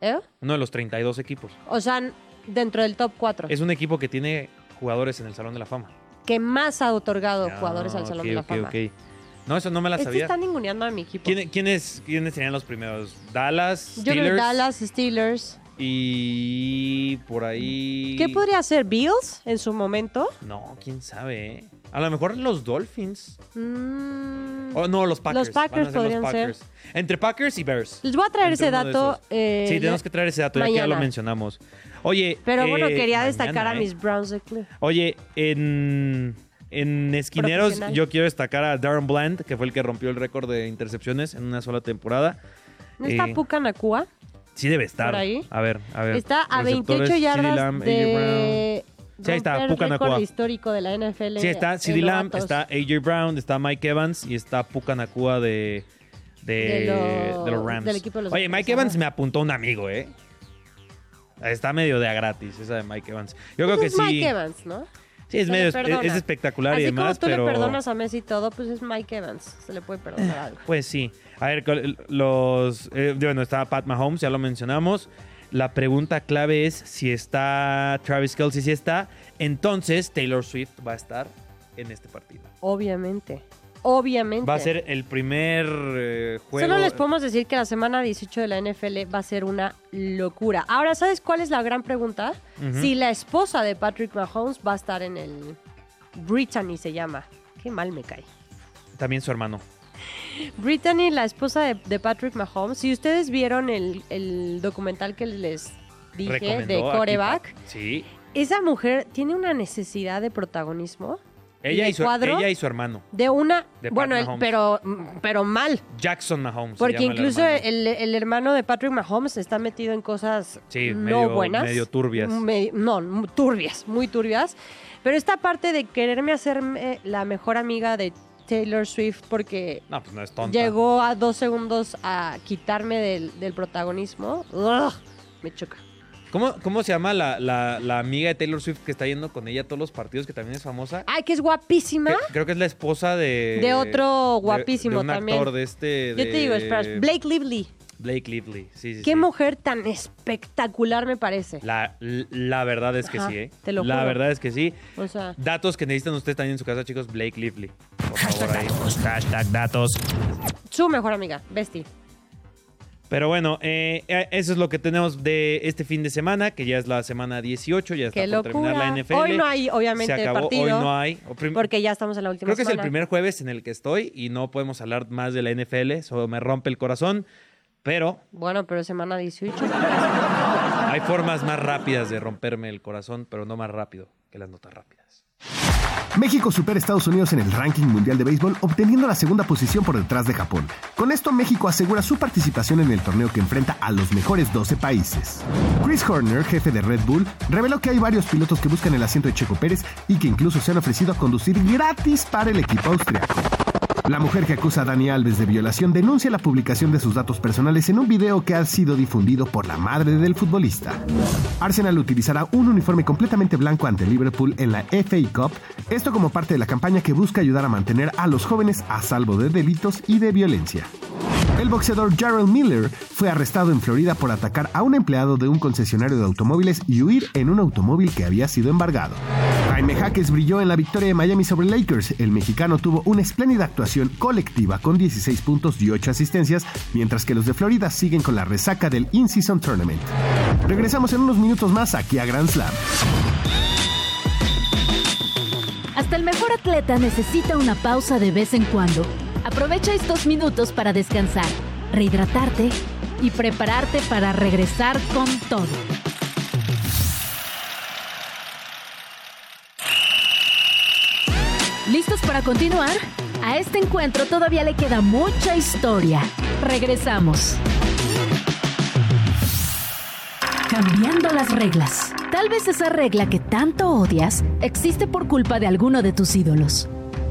C: ¿eh?
E: Uno de los 32 equipos.
C: O sea, dentro del top 4.
E: Es un equipo que tiene jugadores en el Salón de la Fama.
C: Que más ha otorgado
E: Ah,
C: jugadores al Salón
E: ok,
C: de la
E: ok,
C: Fama.
E: ok. No, eso no me la
C: Este
E: sabía.
C: está ninguneando a mi equipo.
E: ¿Quién- quiénes, ¿Quiénes serían los primeros? Dallas,
C: Yo creo que
E: Steelers
C: Dallas, Steelers.
E: y por ahí...
C: ¿Qué podría ser Bills en su momento?
E: No, quién sabe. eh? A lo mejor los Dolphins.
C: Mm.
E: O no, los Packers.
C: Los Packers
E: Van a los
C: podrían
E: Packers. Entre Packers y Bears.
C: Les voy a traer
E: Entre
C: ese
E: uno de
C: dato.
E: esos.
C: eh,
E: Sí, tenemos
C: ya-
E: que traer ese dato, ya que ya lo
C: mañana.
E: mencionamos. Oye.
C: Pero bueno,
E: eh,
C: quería
E: mañana,
C: destacar a
E: eh.
C: mis Browns de Cleveland.
E: Oye, en, en esquineros
C: Profesional.
E: yo quiero destacar a Darren Bland, que fue el que rompió el récord de intercepciones en una sola temporada.
C: ¿No está
E: Eh,
C: Puka Nakua?
E: Sí debe estar.
C: por ahí?
E: A ver, a ver.
C: Está a
E: Receptores,
C: 28 yardas
E: CeeDee Lamb, A.J. Brown.
C: de
E: Sí, ahí está,
C: romper
E: Puka
C: récord
E: Nakua.
C: histórico de la NFL.
E: Sí, está
C: en
E: CD Lamb,
C: novatos.
E: está AJ Brown, está Mike Evans y está Puka Nakua de, de,
C: De lo-
E: de los Rams.
C: del equipo de los
E: Oye,
C: Rams,
E: Mike Evans
C: ajá.
E: me apuntó un amigo, ¿eh? Está medio de a gratis esa de Mike Evans. Yo creo
C: Pues
E: que
C: es
E: sí.
C: Mike Evans, ¿no?
E: Sí, es
C: Se le
E: medio
C: perdona.
E: es espectacular
C: Así
E: y demás,
C: como tú
E: pero
C: le perdonas a Messi y todo, pues es Mike Evans. Se le puede perdonar algo.
E: Pues sí. A ver, col- los. eh, bueno, está Pat Mahomes, ya lo mencionamos. La pregunta clave es si está Travis Kelsey, si está. Entonces, Taylor Swift va a estar en este partido.
C: Obviamente. Obviamente.
E: Va a ser el primer eh, juego.
C: Solo les podemos decir que la semana 18 de la NFL va a ser una locura. Ahora, ¿sabes cuál es la gran pregunta?
E: Ujú.
C: Si la esposa de Patrick Mahomes va a estar en el Brittany se llama. Qué mal me cae.
E: También su hermano.
C: Brittany, la esposa de, de Patrick Mahomes. Si ustedes vieron el, el documental que les dije
E: Recomendó
C: de
E: aquí,
C: Coreback,
E: pa- Sí.
C: esa mujer tiene una necesidad de protagonismo.
E: Ella
C: de
E: y, su,
C: cuadro?
E: ella y su hermano.
C: De una.
E: De Pat
C: bueno, el-
E: Mahomes.
C: pero, pero mal.
E: Jackson Mahomes. se
C: Porque
E: llama el
C: incluso
E: hermano.
C: el, el hermano de Patrick Mahomes está metido en cosas
E: Sí,
C: no
E: medio-
C: buenas.
E: medio turbias.
C: Me- no, mu- turbias, muy turbias. Pero esta parte de quererme hacerme la mejor amiga de Taylor Swift porque
E: No, pues no es tonta.
C: llegó a dos segundos a quitarme del, del protagonismo, ugh, me choca.
E: ¿Cómo, cómo se llama la, la- la amiga de Taylor Swift que está yendo con ella a todos los partidos, que también es famosa?
C: Ay, que es guapísima.
E: Cre- Creo que es la esposa de.
C: Ah, De otro
E: de-
C: guapísimo
E: de un
C: también.
E: actor de este.
C: Yo te
E: de-
C: digo, espera, Blake Lively.
E: Blake Lively. Sí, sí.
C: Qué
E: sí.
C: mujer tan espectacular me parece.
E: La, la verdad es que
C: Ajá,
E: sí, ¿eh?
C: te lo
E: la
C: juro.
E: verdad es que sí.
C: O sea,
E: Datos que necesitan ustedes también en su casa, chicos. Blake Lively. Por favor, ahí.
C: su mejor amiga, Bestie.
E: Pero bueno, eh, eh, eso es lo que tenemos de este fin de semana, que ya es la semana 18, ya está
C: Qué
E: por terminar
C: locura.
E: la NFL.
C: Hoy no hay, obviamente,
E: Se acabó,
C: partido.
E: hoy no hay. O prim-
C: Porque ya estamos en la última
E: Creo que es el
C: semana.
E: primer jueves en el que estoy y no podemos hablar más de la NFL, eso me rompe el corazón, pero
C: Bueno, pero semana 18.
E: hay formas más rápidas de romperme el corazón, pero no más rápido que las notas rápidas.
D: México supera a Estados Unidos en el ranking mundial de béisbol, obteniendo la segunda posición por detrás de Japón. Con esto, México asegura su participación en el torneo que enfrenta a los mejores 12 países. Chris Horner, jefe de Red Bull, reveló que hay varios pilotos que buscan el asiento de Checo Pérez y que incluso se han ofrecido a conducir gratis para el equipo austriaco. La mujer que acusa a Dani Alves de violación denuncia la publicación de sus datos personales en un video que ha sido difundido por la madre del futbolista. Arsenal utilizará un uniforme completamente blanco ante Liverpool en la FA Cup, esto como parte de la campaña que busca ayudar a mantener a los jóvenes a salvo de delitos y de violencia. El boxeador Jarrell Miller fue arrestado en Florida por atacar a un empleado de un concesionario de automóviles y huir en un automóvil que había sido embargado. Jaime Jaques brilló en la victoria de Miami sobre Lakers. El mexicano tuvo una espléndida actuación colectiva con 16 puntos y 8 asistencias, mientras que los de Florida siguen con la resaca del In-Season Tournament. Regresamos en unos minutos más aquí a Grand Slam.
A: Hasta el mejor atleta necesita una pausa de vez en cuando. Aprovecha estos minutos para descansar, rehidratarte y prepararte para regresar con todo. ¿Listos para continuar? A este encuentro todavía le queda mucha historia. Regresamos. Cambiando las reglas. Tal vez esa regla que tanto odias existe por culpa de alguno de tus ídolos.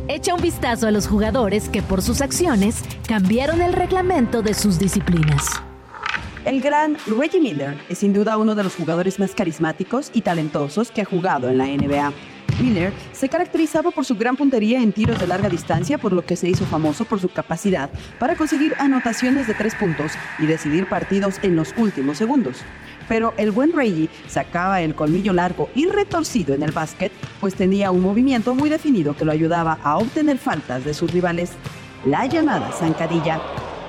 A: Echa un vistazo a los jugadores que por sus acciones cambiaron el reglamento de sus disciplinas.
G: El gran Reggie Miller es sin duda uno de los jugadores más carismáticos y talentosos que ha jugado en la NBA. Miller se caracterizaba por su gran puntería en tiros de larga distancia, por lo que se hizo famoso por su capacidad para conseguir anotaciones de tres puntos y decidir partidos en los últimos segundos. Pero el buen Reggie sacaba el colmillo largo y retorcido en el básquet, pues tenía un movimiento muy definido que lo ayudaba a obtener faltas de sus rivales, la llamada zancadilla.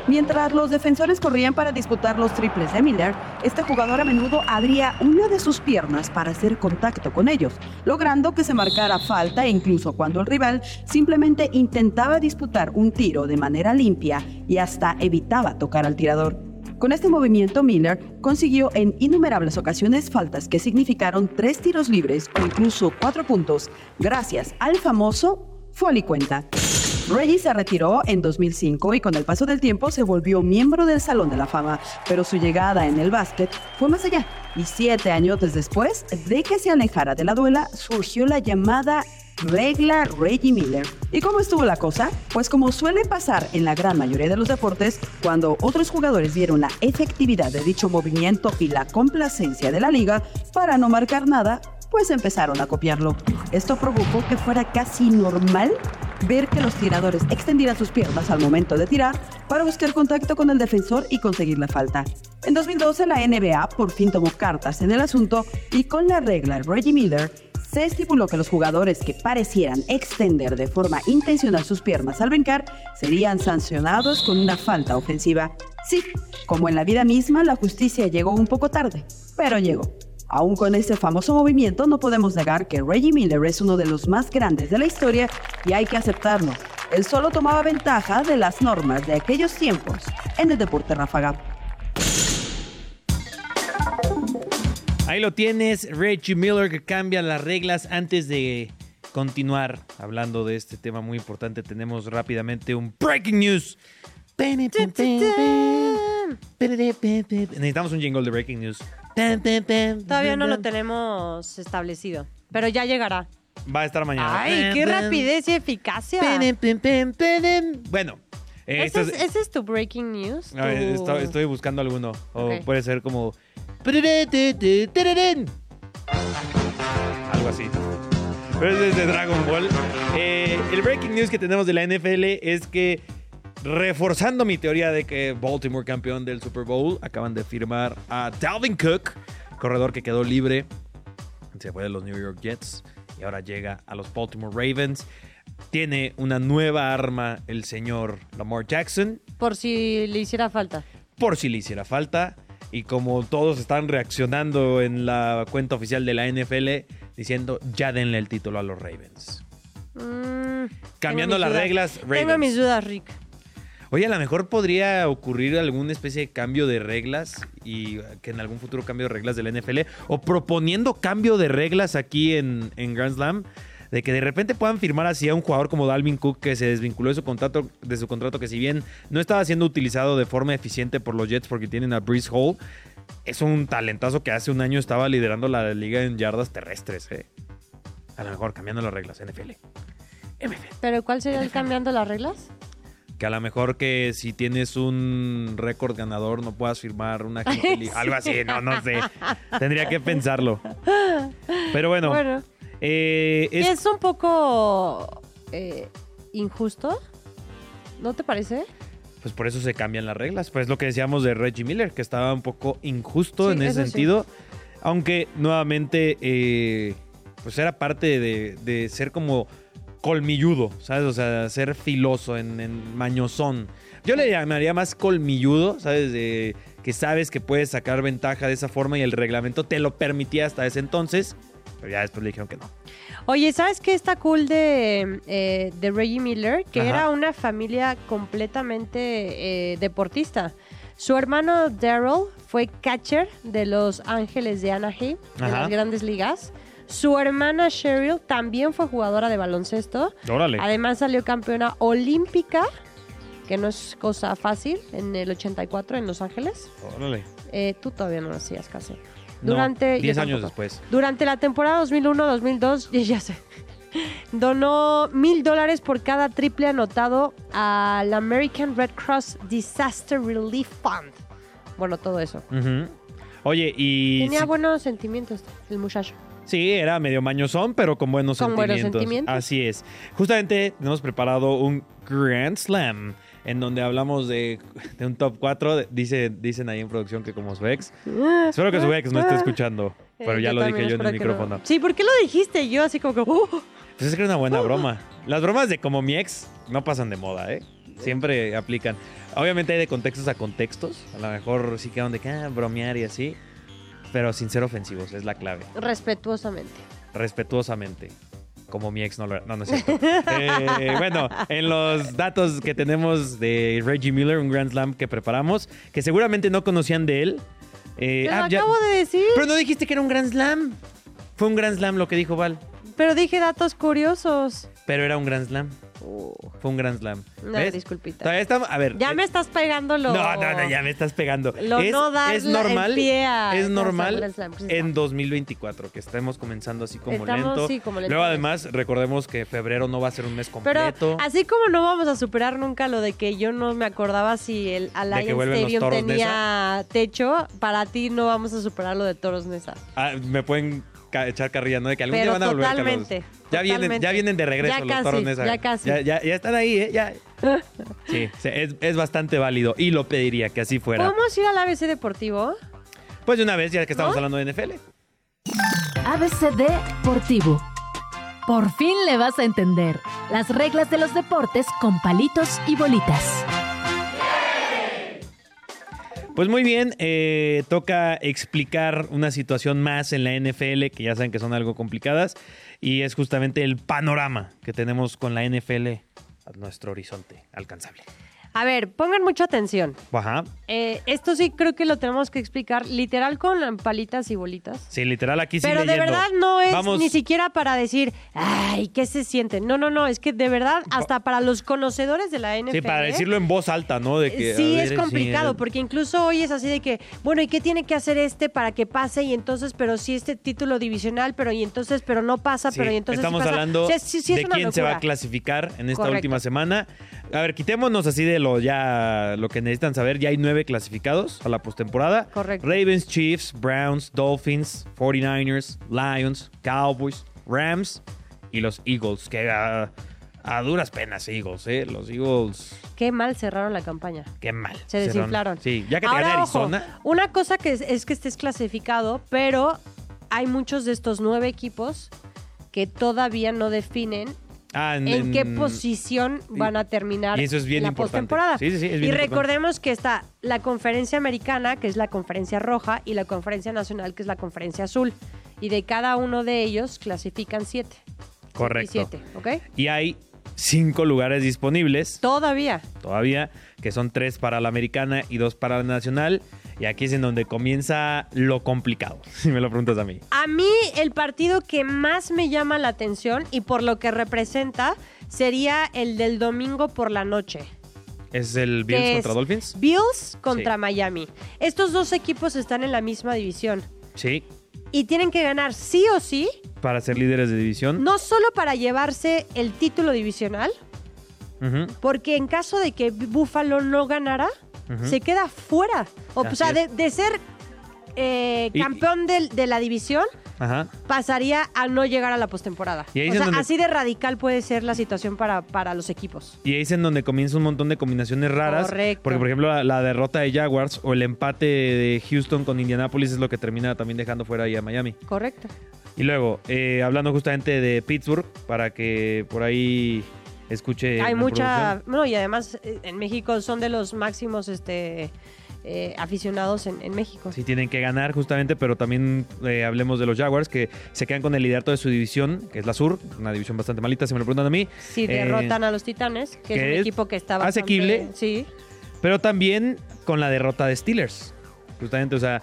G: Mientras los defensores corrían para disputar los triples de Miller, este jugador a menudo abría una de sus piernas para hacer contacto con ellos, logrando que se marcara falta e incluso cuando el rival simplemente intentaba disputar un tiro de manera limpia y hasta evitaba tocar al tirador. Con este movimiento, Miller consiguió en innumerables ocasiones faltas que significaron tres tiros libres o incluso cuatro puntos, gracias al famoso Folicuenta. Reggie se retiró en 2005 y con el paso del tiempo se volvió miembro del Salón de la Fama, pero su llegada en el básquet fue más allá. Y siete años después de que se alejara de la duela, surgió la llamada regla Reggie Miller. ¿Y cómo estuvo la cosa? Pues como suele pasar en la gran mayoría de los deportes, cuando otros jugadores vieron la efectividad de dicho movimiento y la complacencia de la liga para no marcar nada, pues empezaron a copiarlo. Esto provocó que fuera casi normal ver que los tiradores extendieran sus piernas al momento de tirar para buscar contacto con el defensor y conseguir la falta. En 2012 la NBA por fin tomó cartas en el asunto y con la regla Reggie Miller se estipuló que los jugadores que parecieran extender de forma intencional sus piernas al brincar serían sancionados con una falta ofensiva. Sí, como en la vida misma, la justicia llegó un poco tarde, pero llegó. Aún con este famoso movimiento, no podemos negar que Reggie Miller es uno de los más grandes de la historia y hay que aceptarlo. Él solo tomaba ventaja de las normas de aquellos tiempos en el deporte ráfaga.
E: Ahí lo tienes, Reggie Miller que cambia las reglas antes de continuar hablando de este tema muy importante. Tenemos rápidamente un breaking news. Necesitamos un jingle de breaking news.
C: Todavía no lo tenemos establecido, pero ya llegará.
E: Va a estar mañana.
C: ¡Ay, qué rapidez y eficacia!
E: Bueno, eh,
C: ¿Ese,
E: esto
C: es,
E: es-
C: ese es tu breaking news?
E: a ver,
C: Tu-
E: esto- estoy buscando alguno. O
C: Ok.
E: puede ser como. Algo así. Pero es desde Dragon Ball. Eh, el breaking news que tenemos de la NFL es que, reforzando mi teoría de que Baltimore campeón del Super Bowl, acaban de firmar a Dalvin Cook, corredor que quedó libre. Se fue de los New York Jets y ahora llega a los Baltimore Ravens. Tiene una nueva arma el señor Lamar Jackson
C: Por si le hiciera falta.
E: por si le hiciera falta. Y como todos están reaccionando en la cuenta oficial de la NFL, diciendo ya denle el título a los Ravens.
C: Mm,
E: Cambiando
C: tengo mis
E: las
C: dudas.
E: reglas,
C: Tengo
E: Ravens.
C: mis dudas, Rick.
E: Oye, a lo mejor podría ocurrir alguna especie de cambio de reglas y que en algún futuro cambio de reglas del NFL o proponiendo cambio de reglas aquí en, en Grand Slam de que de repente puedan firmar así a un jugador como Dalvin Cook que se desvinculó de su contrato, de su contrato que si bien no estaba siendo utilizado de forma eficiente por los Jets porque tienen a Breeze Hall, es un talentazo que hace un año estaba liderando la liga en yardas terrestres. ¿eh? A lo mejor cambiando las reglas, NFL. NFL.
C: ¿Pero cuál sería el cambiando las reglas?
E: Que a lo mejor que si tienes un récord ganador no puedas firmar una agente libre. algo así, no, no sé. Tendría que pensarlo. Pero bueno,
C: Bueno,
E: eh,
C: es,
E: es-
C: un poco eh, injusto, ¿no te parece?
E: pues por eso se cambian las reglas. Pues lo que decíamos de Reggie Miller, que estaba un poco injusto
C: Sí,
E: en ese
C: eso sí.
E: sentido. Aunque nuevamente, eh, pues era parte de, de ser como colmilludo, ¿sabes? O sea, ser filoso, en, en mañosón. Yo le llamaría más colmilludo, ¿sabes? De que sabes que puedes sacar ventaja de esa forma y el reglamento te lo permitía hasta ese entonces. Pero ya después le dijeron que no.
C: Oye, ¿sabes qué está cool de, eh, de Reggie Miller? Que
E: Ajá.
C: era una familia completamente eh, deportista. Su hermano Daryl fue catcher de Los Ángeles de Anaheim, de
E: Ajá.
C: las grandes ligas. Su hermana Cheryl también fue jugadora de baloncesto.
E: Órale.
C: Además salió campeona olímpica, que no es cosa fácil, en el 84 en Los Ángeles.
E: Órale.
C: Eh, tú todavía no nacías casi.
E: No,
C: Durante, yo
E: 10 años
C: tampoco.
E: después.
C: Durante la temporada 2001-2002, ya- ya sé, donó mil dólares por cada triple anotado al American Red Cross Disaster Relief Fund. Bueno, todo eso.
E: Ujú. Oye, y.
C: Tenía
E: si-
C: buenos sentimientos el muchacho.
E: Sí, era medio mañosón, pero con buenos
C: Con buenos
E: sentimientos.
C: sentimientos.
E: Así es. Justamente tenemos preparado un Grand Slam en donde hablamos de, de un top 4. Dice, dicen ahí en producción que como su ex. Espero que su ex no esté escuchando, pero
C: Eh,
E: ya lo
C: también
E: dije yo en
C: espero
E: el
C: que no.
E: micrófono.
C: Sí, ¿por qué lo dijiste? Yo así como que... "Uh".
E: Pues es que era una buena broma. Las bromas de como mi ex no pasan de moda, ¿eh? Siempre aplican. Obviamente hay de contextos a contextos. A lo mejor sí quedan de que ah, bromear y así. Pero sin ser ofensivos, es la clave.
C: Respetuosamente.
E: respetuosamente. Como mi ex no lo era. No, no es cierto. Eh, bueno, en los datos que tenemos de Reggie Miller, un Grand Slam que preparamos, que seguramente no conocían de él. Eh,
C: Te lo
E: ah, ya-
C: acabo de decir.
E: Pero no dijiste que era un Grand Slam. Fue un Grand Slam lo que dijo Val.
C: Pero dije datos curiosos.
E: Pero era un Grand Slam.
C: Uh,
E: Fue un Grand Slam.
C: No,
E: ¿Ves?
C: disculpita.
E: Todavía estamos. A ver.
C: ya
E: eh,
C: me estás pegando lo...
E: no, no, no, ya me estás pegando.
C: Lo no dar
E: es
C: la- el
E: normal,
C: pie a-
E: es normal
C: Grand Slam, Grand Slam.
E: en 2024, que estemos comenzando así como
C: Estamos,
E: lento.
C: sí, como lento.
E: Luego además recordemos que febrero no va a ser un mes
C: Pero
E: completo.
C: así como no vamos a superar nunca lo de que yo no me acordaba si el Alliance
E: vuelven los
C: Stadium
E: toros
C: tenía techo, para ti no vamos a superar lo de Toros Nesa.
E: Ah, me pueden ca- echar carrilla, ¿no? De que algún
C: Pero
E: día van a volver
C: totalmente,
E: Carlos. Ya vienen, ya
C: totalmente.
E: vienen de regreso
C: Ya
E: los
C: casi,
E: toros Nesa.
C: ya casi.
E: Ya, ya- ya están ahí, ¿eh? Ya. Sí, sí, es, es bastante válido y lo pediría que así fuera.
C: ¿Podemos ir al ABC Deportivo?
E: Pues de una vez, ya que estamos hablando de NFL.
A: ABCD Deportivo. Por fin le vas a entender las reglas de los deportes con palitos y bolitas.
E: Pues muy bien, eh, toca explicar una situación más en la NFL, que ya saben que son algo complicadas, y es justamente el panorama que tenemos con la NFL a nuestro horizonte alcanzable.
C: A ver, pongan mucha atención.
E: Ajá.
C: Eh, esto sí creo que lo tenemos que explicar literal con palitas y bolitas.
E: Sí, literal, aquí sí
C: Pero de
E: leyendo.
C: verdad no es
E: Vamos,
C: ni siquiera para decir, ay, ¿qué se siente? No, no, no, es que de verdad, hasta para los conocedores de la NFL.
E: Sí, para decirlo en voz alta, ¿no? De que,
C: ¿eh? sí,
E: a
C: es
E: ver,
C: complicado,
E: sí, eh,
C: porque incluso hoy es así de que, bueno, ¿y qué tiene que hacer este para que pase? Y entonces, pero sí este título divisional, pero y entonces, pero no pasa,
E: Sí,
C: pero y entonces sí
E: estamos
C: pasa.
E: hablando
C: Sí, sí, sí es
E: de
C: una
E: quién se va a
C: locura.
E: clasificar en esta
C: Correcto.
E: última semana. A ver, quitémonos así de lo ya lo que necesitan saber. Ya hay nueve clasificados a la postemporada.
C: Correcto.
E: Ravens, Chiefs, Browns, Dolphins, 49ers, Lions, Cowboys, Rams y los Eagles, que a, a duras penas Eagles, ¿eh? Los Eagles,
C: Qué mal cerraron la campaña.
E: qué mal.
C: Se
E: Cerraron.
C: desinflaron.
E: Sí, ya que te
C: Ahora,
E: gana
C: ojo,
E: Arizona.
C: una cosa que es, es que estés clasificado, pero hay muchos de estos nueve equipos que todavía no definen
E: ah,
C: en, qué posición van a terminar
E: y eso es bien
C: la
E: importante.
C: postemporada.
E: Sí, sí, sí, es bien
C: y
E: importante.
C: recordemos que está la conferencia americana, que es la conferencia roja, y la conferencia nacional, que es la conferencia azul. Y de cada uno de ellos clasifican siete.
E: Correcto.
C: Y siete, ¿ok?
E: Y hay cinco lugares disponibles
C: Todavía.
E: todavía, que son tres para la americana y dos para la nacional. Y aquí es en donde comienza lo complicado, si me lo preguntas a mí.
C: A mí el partido que más me llama la atención y por lo que representa sería el del domingo por la noche.
E: ¿Es el
C: que
E: Bills
C: es
E: contra Dolphins?
C: Bills contra
E: Sí.
C: Miami. Estos dos equipos están en la misma división
E: Sí,
C: y tienen que ganar sí o sí,
E: para ser líderes de división.
C: no solo para llevarse el título divisional,
E: Ujú.
C: porque en caso de que Buffalo no ganara,
E: Ujú.
C: se queda fuera. O,
E: Así
C: sea, de,
E: es.
C: de ser eh,
E: Y-
C: campeón del- de, la división,
E: Ajá.
C: pasaría a no llegar a la postemporada.
E: Y ahí
C: O
E: es
C: sea,
E: donde-
C: así de radical puede ser la situación para, para los equipos.
E: Y ahí es en donde comienza un montón de combinaciones raras.
C: Correcto.
E: Porque, por ejemplo, la, la derrota de Jaguars o el empate de Houston con Indianapolis es lo que termina también dejando fuera ahí a Miami.
C: Correcto.
E: Y luego, eh, hablando justamente de Pittsburgh, para que por ahí escuche.
C: Hay
E: Eh, la
C: mucha.
E: producción.
C: No, y además eh, en México son de los máximos este, eh, aficionados en, en México.
E: Sí, tienen que ganar justamente, pero también eh, hablemos de los Jaguars, que se quedan con el liderato de su división, que es la Sur, una división bastante malita, si me lo preguntan a mí.
C: Si
E: Eh,
C: derrotan a los Titanes, que es
E: que
C: un
E: es
C: equipo que está bastante-
E: asequible.
C: Sí.
E: Pero también con la derrota de Steelers. Justamente, o sea,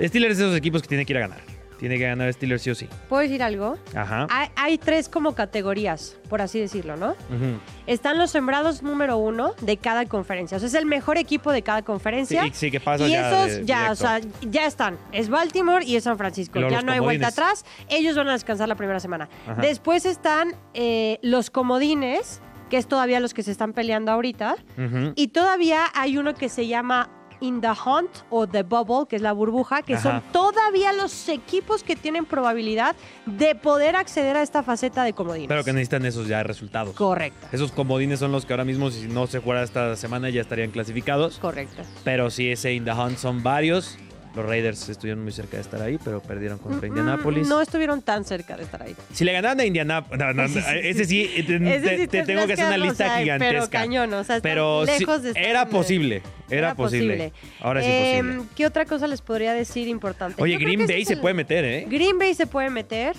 E: Steelers es de esos equipos que tiene que ir a ganar. Tiene que ganar Steelers sí o sí.
C: ¿Puedo decir algo?
E: Ajá.
C: Hay, hay tres como categorías, por así decirlo, ¿no?
E: Ujú.
C: Están los sembrados número uno de cada conferencia. O sea, es el mejor equipo de cada
E: Sí,
C: conferencia.
E: y- sí, que pasa
C: y
E: ya
C: esos
E: de-
C: ya, o
E: directo.
C: sea, ya están. Es Baltimore y es San Francisco.
E: Luego
C: ya
E: los
C: no hay vuelta
E: comodines.
C: atrás. Ellos van a descansar la primera semana.
E: Ajá.
C: Después están eh, los comodines, que es todavía los que se están peleando ahorita.
E: Ujú.
C: Y todavía hay uno que se llama In the Hunt o The Bubble, que es la burbuja, que
E: Ajá.
C: son todavía los equipos que tienen probabilidad de poder acceder a esta faceta de comodines.
E: Pero que necesitan esos ya resultados.
C: Correcto,
E: Esos comodines son los que ahora mismo, si no se jugara esta semana, ya estarían clasificados.
C: correcto.
E: Pero sí, ese in the hunt son varios. Los Raiders estuvieron muy cerca de estar ahí, pero perdieron contra
C: Mm,
E: Indianapolis.
C: No estuvieron tan cerca de estar ahí.
E: Si le ganaron a Indianapolis, ese sí, eh, te,
C: Ese
E: te- te
C: sí
E: tengo
C: tendrás
E: que hacer una
C: darlo, o
E: lista
C: sea,
E: gigantesca.
C: Pero cañón, o sea, están
E: Pero sí,
C: lejos de estar
E: era
C: en-
E: posible, era,
C: era
E: posible.
C: posible.
E: Ahora es
C: Eh,
E: imposible.
C: ¿Qué otra cosa les podría decir importante?
E: Oye,
C: Yo creo
E: Green
C: que ese
E: Bay
C: es
E: se
C: el-
E: puede meter, ¿eh?
C: Green Bay se puede meter,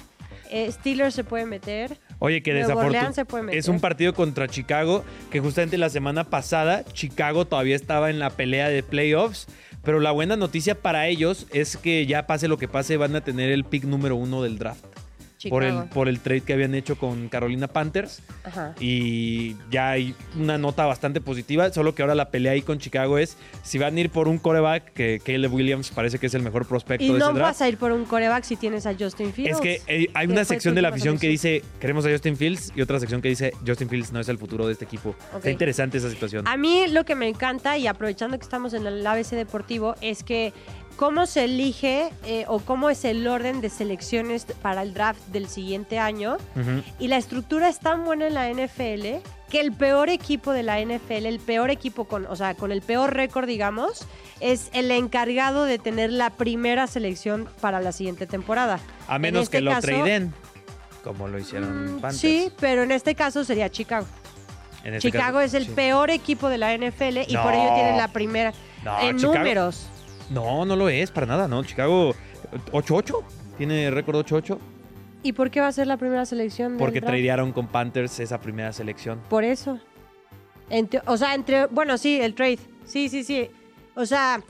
C: eh, Steelers se puede meter.
E: Oye, que
C: Nuevo Orleans se puede
E: desafortunadamente
C: meter.
E: es un partido contra Chicago que justamente la semana pasada Chicago todavía estaba en la pelea de playoffs, pero la buena noticia para ellos es que ya pase lo que pase van a tener el pick número uno del draft por el
C: Chicago.
E: por el trade que habían hecho con Carolina Panthers
C: Ajá.
E: y ya hay una nota bastante positiva, solo que ahora la pelea ahí con Chicago es si van a ir por un coreback que Caleb Williams parece que es el mejor prospecto
C: Y
E: de ese
C: no
E: draft.
C: vas a ir por un coreback si tienes a Justin Fields.
E: Es que eh, hay
C: que
E: una
C: fue
E: sección
C: tu
E: de la
C: última
E: afición que
C: selección.
E: dice queremos a Justin Fields y otra sección que dice Justin Fields no es el futuro de este equipo.
C: Ok. Ah,
E: Está interesante esa situación.
C: A mí lo que me encanta, y aprovechando que estamos en el ABC Deportivo, es que cómo se elige eh, o cómo es el orden de selecciones para el draft del siguiente año.
E: Ujú.
C: Y la estructura es tan buena en la NFL que el peor equipo de la NFL, el peor equipo con, o sea, con el peor récord, digamos, es el encargado de tener la primera selección para la siguiente temporada.
E: A
C: En
E: menos
C: este
E: que lo
C: caso-
E: traden, como lo hicieron
C: Mm,
E: Panthers.
C: sí, pero en este caso sería Chicago.
E: En este
C: Chicago
E: caso,
C: es el
E: sí.
C: peor equipo de la NFL y por
E: No.
C: ello tiene la primera
E: No,
C: en
E: Chicago-
C: números.
E: No, no lo es para nada, no. Chicago 8-8. Tiene récord 8-8
C: ¿Y por qué va a ser la primera selección? del
E: porque
C: draft?
E: tradearon con Panthers esa primera selección.
C: Por eso. Entre- o sea, entre. Bueno, sí, el trade. Sí, sí, sí. O sea,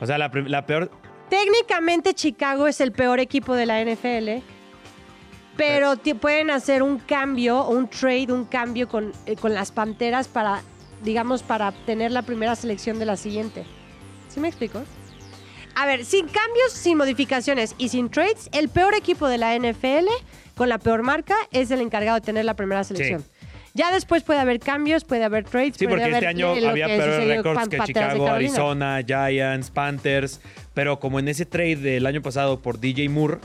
E: O sea, la, prim- la peor...
C: técnicamente Chicago es el peor equipo de la NFL. Pero ti- pueden hacer un cambio, un trade, un cambio con, eh, con las panteras para, digamos, para obtener la primera selección de la siguiente. ¿Sí me explico? A ver, sin cambios, sin modificaciones y sin trades, el peor equipo de la NFL con la peor marca es el encargado de tener la primera selección. Ya después puede haber cambios, puede haber trades.
E: Sí,
C: puede
E: porque este
C: haber
E: año
C: lo
E: había
C: que
E: peores
C: sucedió
E: récords
C: con
E: que
C: Panteras de
E: Chicago,
C: Carolina.
E: Arizona, Giants, Panthers. Pero como en ese trade del año pasado por DJ Moore,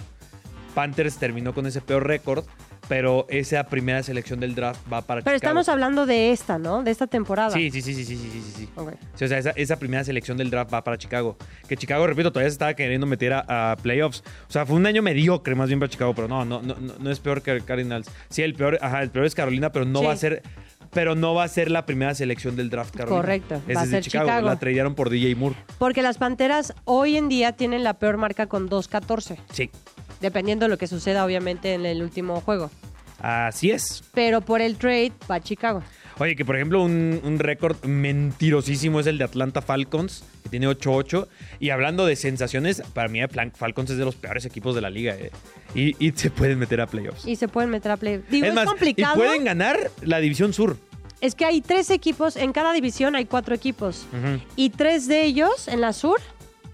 E: Panthers terminó con ese peor récord. Pero esa primera selección del draft va para Chicago.
C: Pero estamos hablando de esta, ¿no? De esta temporada.
E: Sí, sí, sí, sí, sí, sí, sí, sí, sí.
C: Ok.
E: Sí, o sea, esa, esa primera selección del draft va para Chicago. Que Chicago, repito, todavía se estaba queriendo meter a, a playoffs. O sea, fue un año mediocre más bien para Chicago, pero no, no, no, no no es peor que Cardinals. Sí, el peor, ajá, el peor es Carolina, pero no
C: Sí.
E: va a ser. Pero no va a ser la primera selección del draft, Carolina.
C: Correcto,
E: Ese
C: va a
E: es de
C: ser
E: Chicago.
C: Chicago.
E: La tradearon por DJ Moore.
C: Porque las Panteras hoy en día tienen la peor marca con 2-14,
E: Sí.
C: dependiendo de lo que suceda obviamente en el último juego.
E: Así es.
C: Pero por el trade va Chicago.
E: Oye, que por ejemplo un, un récord mentirosísimo es el de Atlanta Falcons, que tiene 8-8. Y hablando de sensaciones, para mí Flan- Falcons es de los peores equipos de la liga. eh. Y, y se pueden meter a playoffs.
C: Y se pueden meter a play. Digo,
E: es
C: es,
E: más,
C: complicado.
E: y pueden ganar la División Sur.
C: Es que hay tres equipos, en cada división hay cuatro equipos.
E: Ujú.
C: Y tres de ellos, en la sur,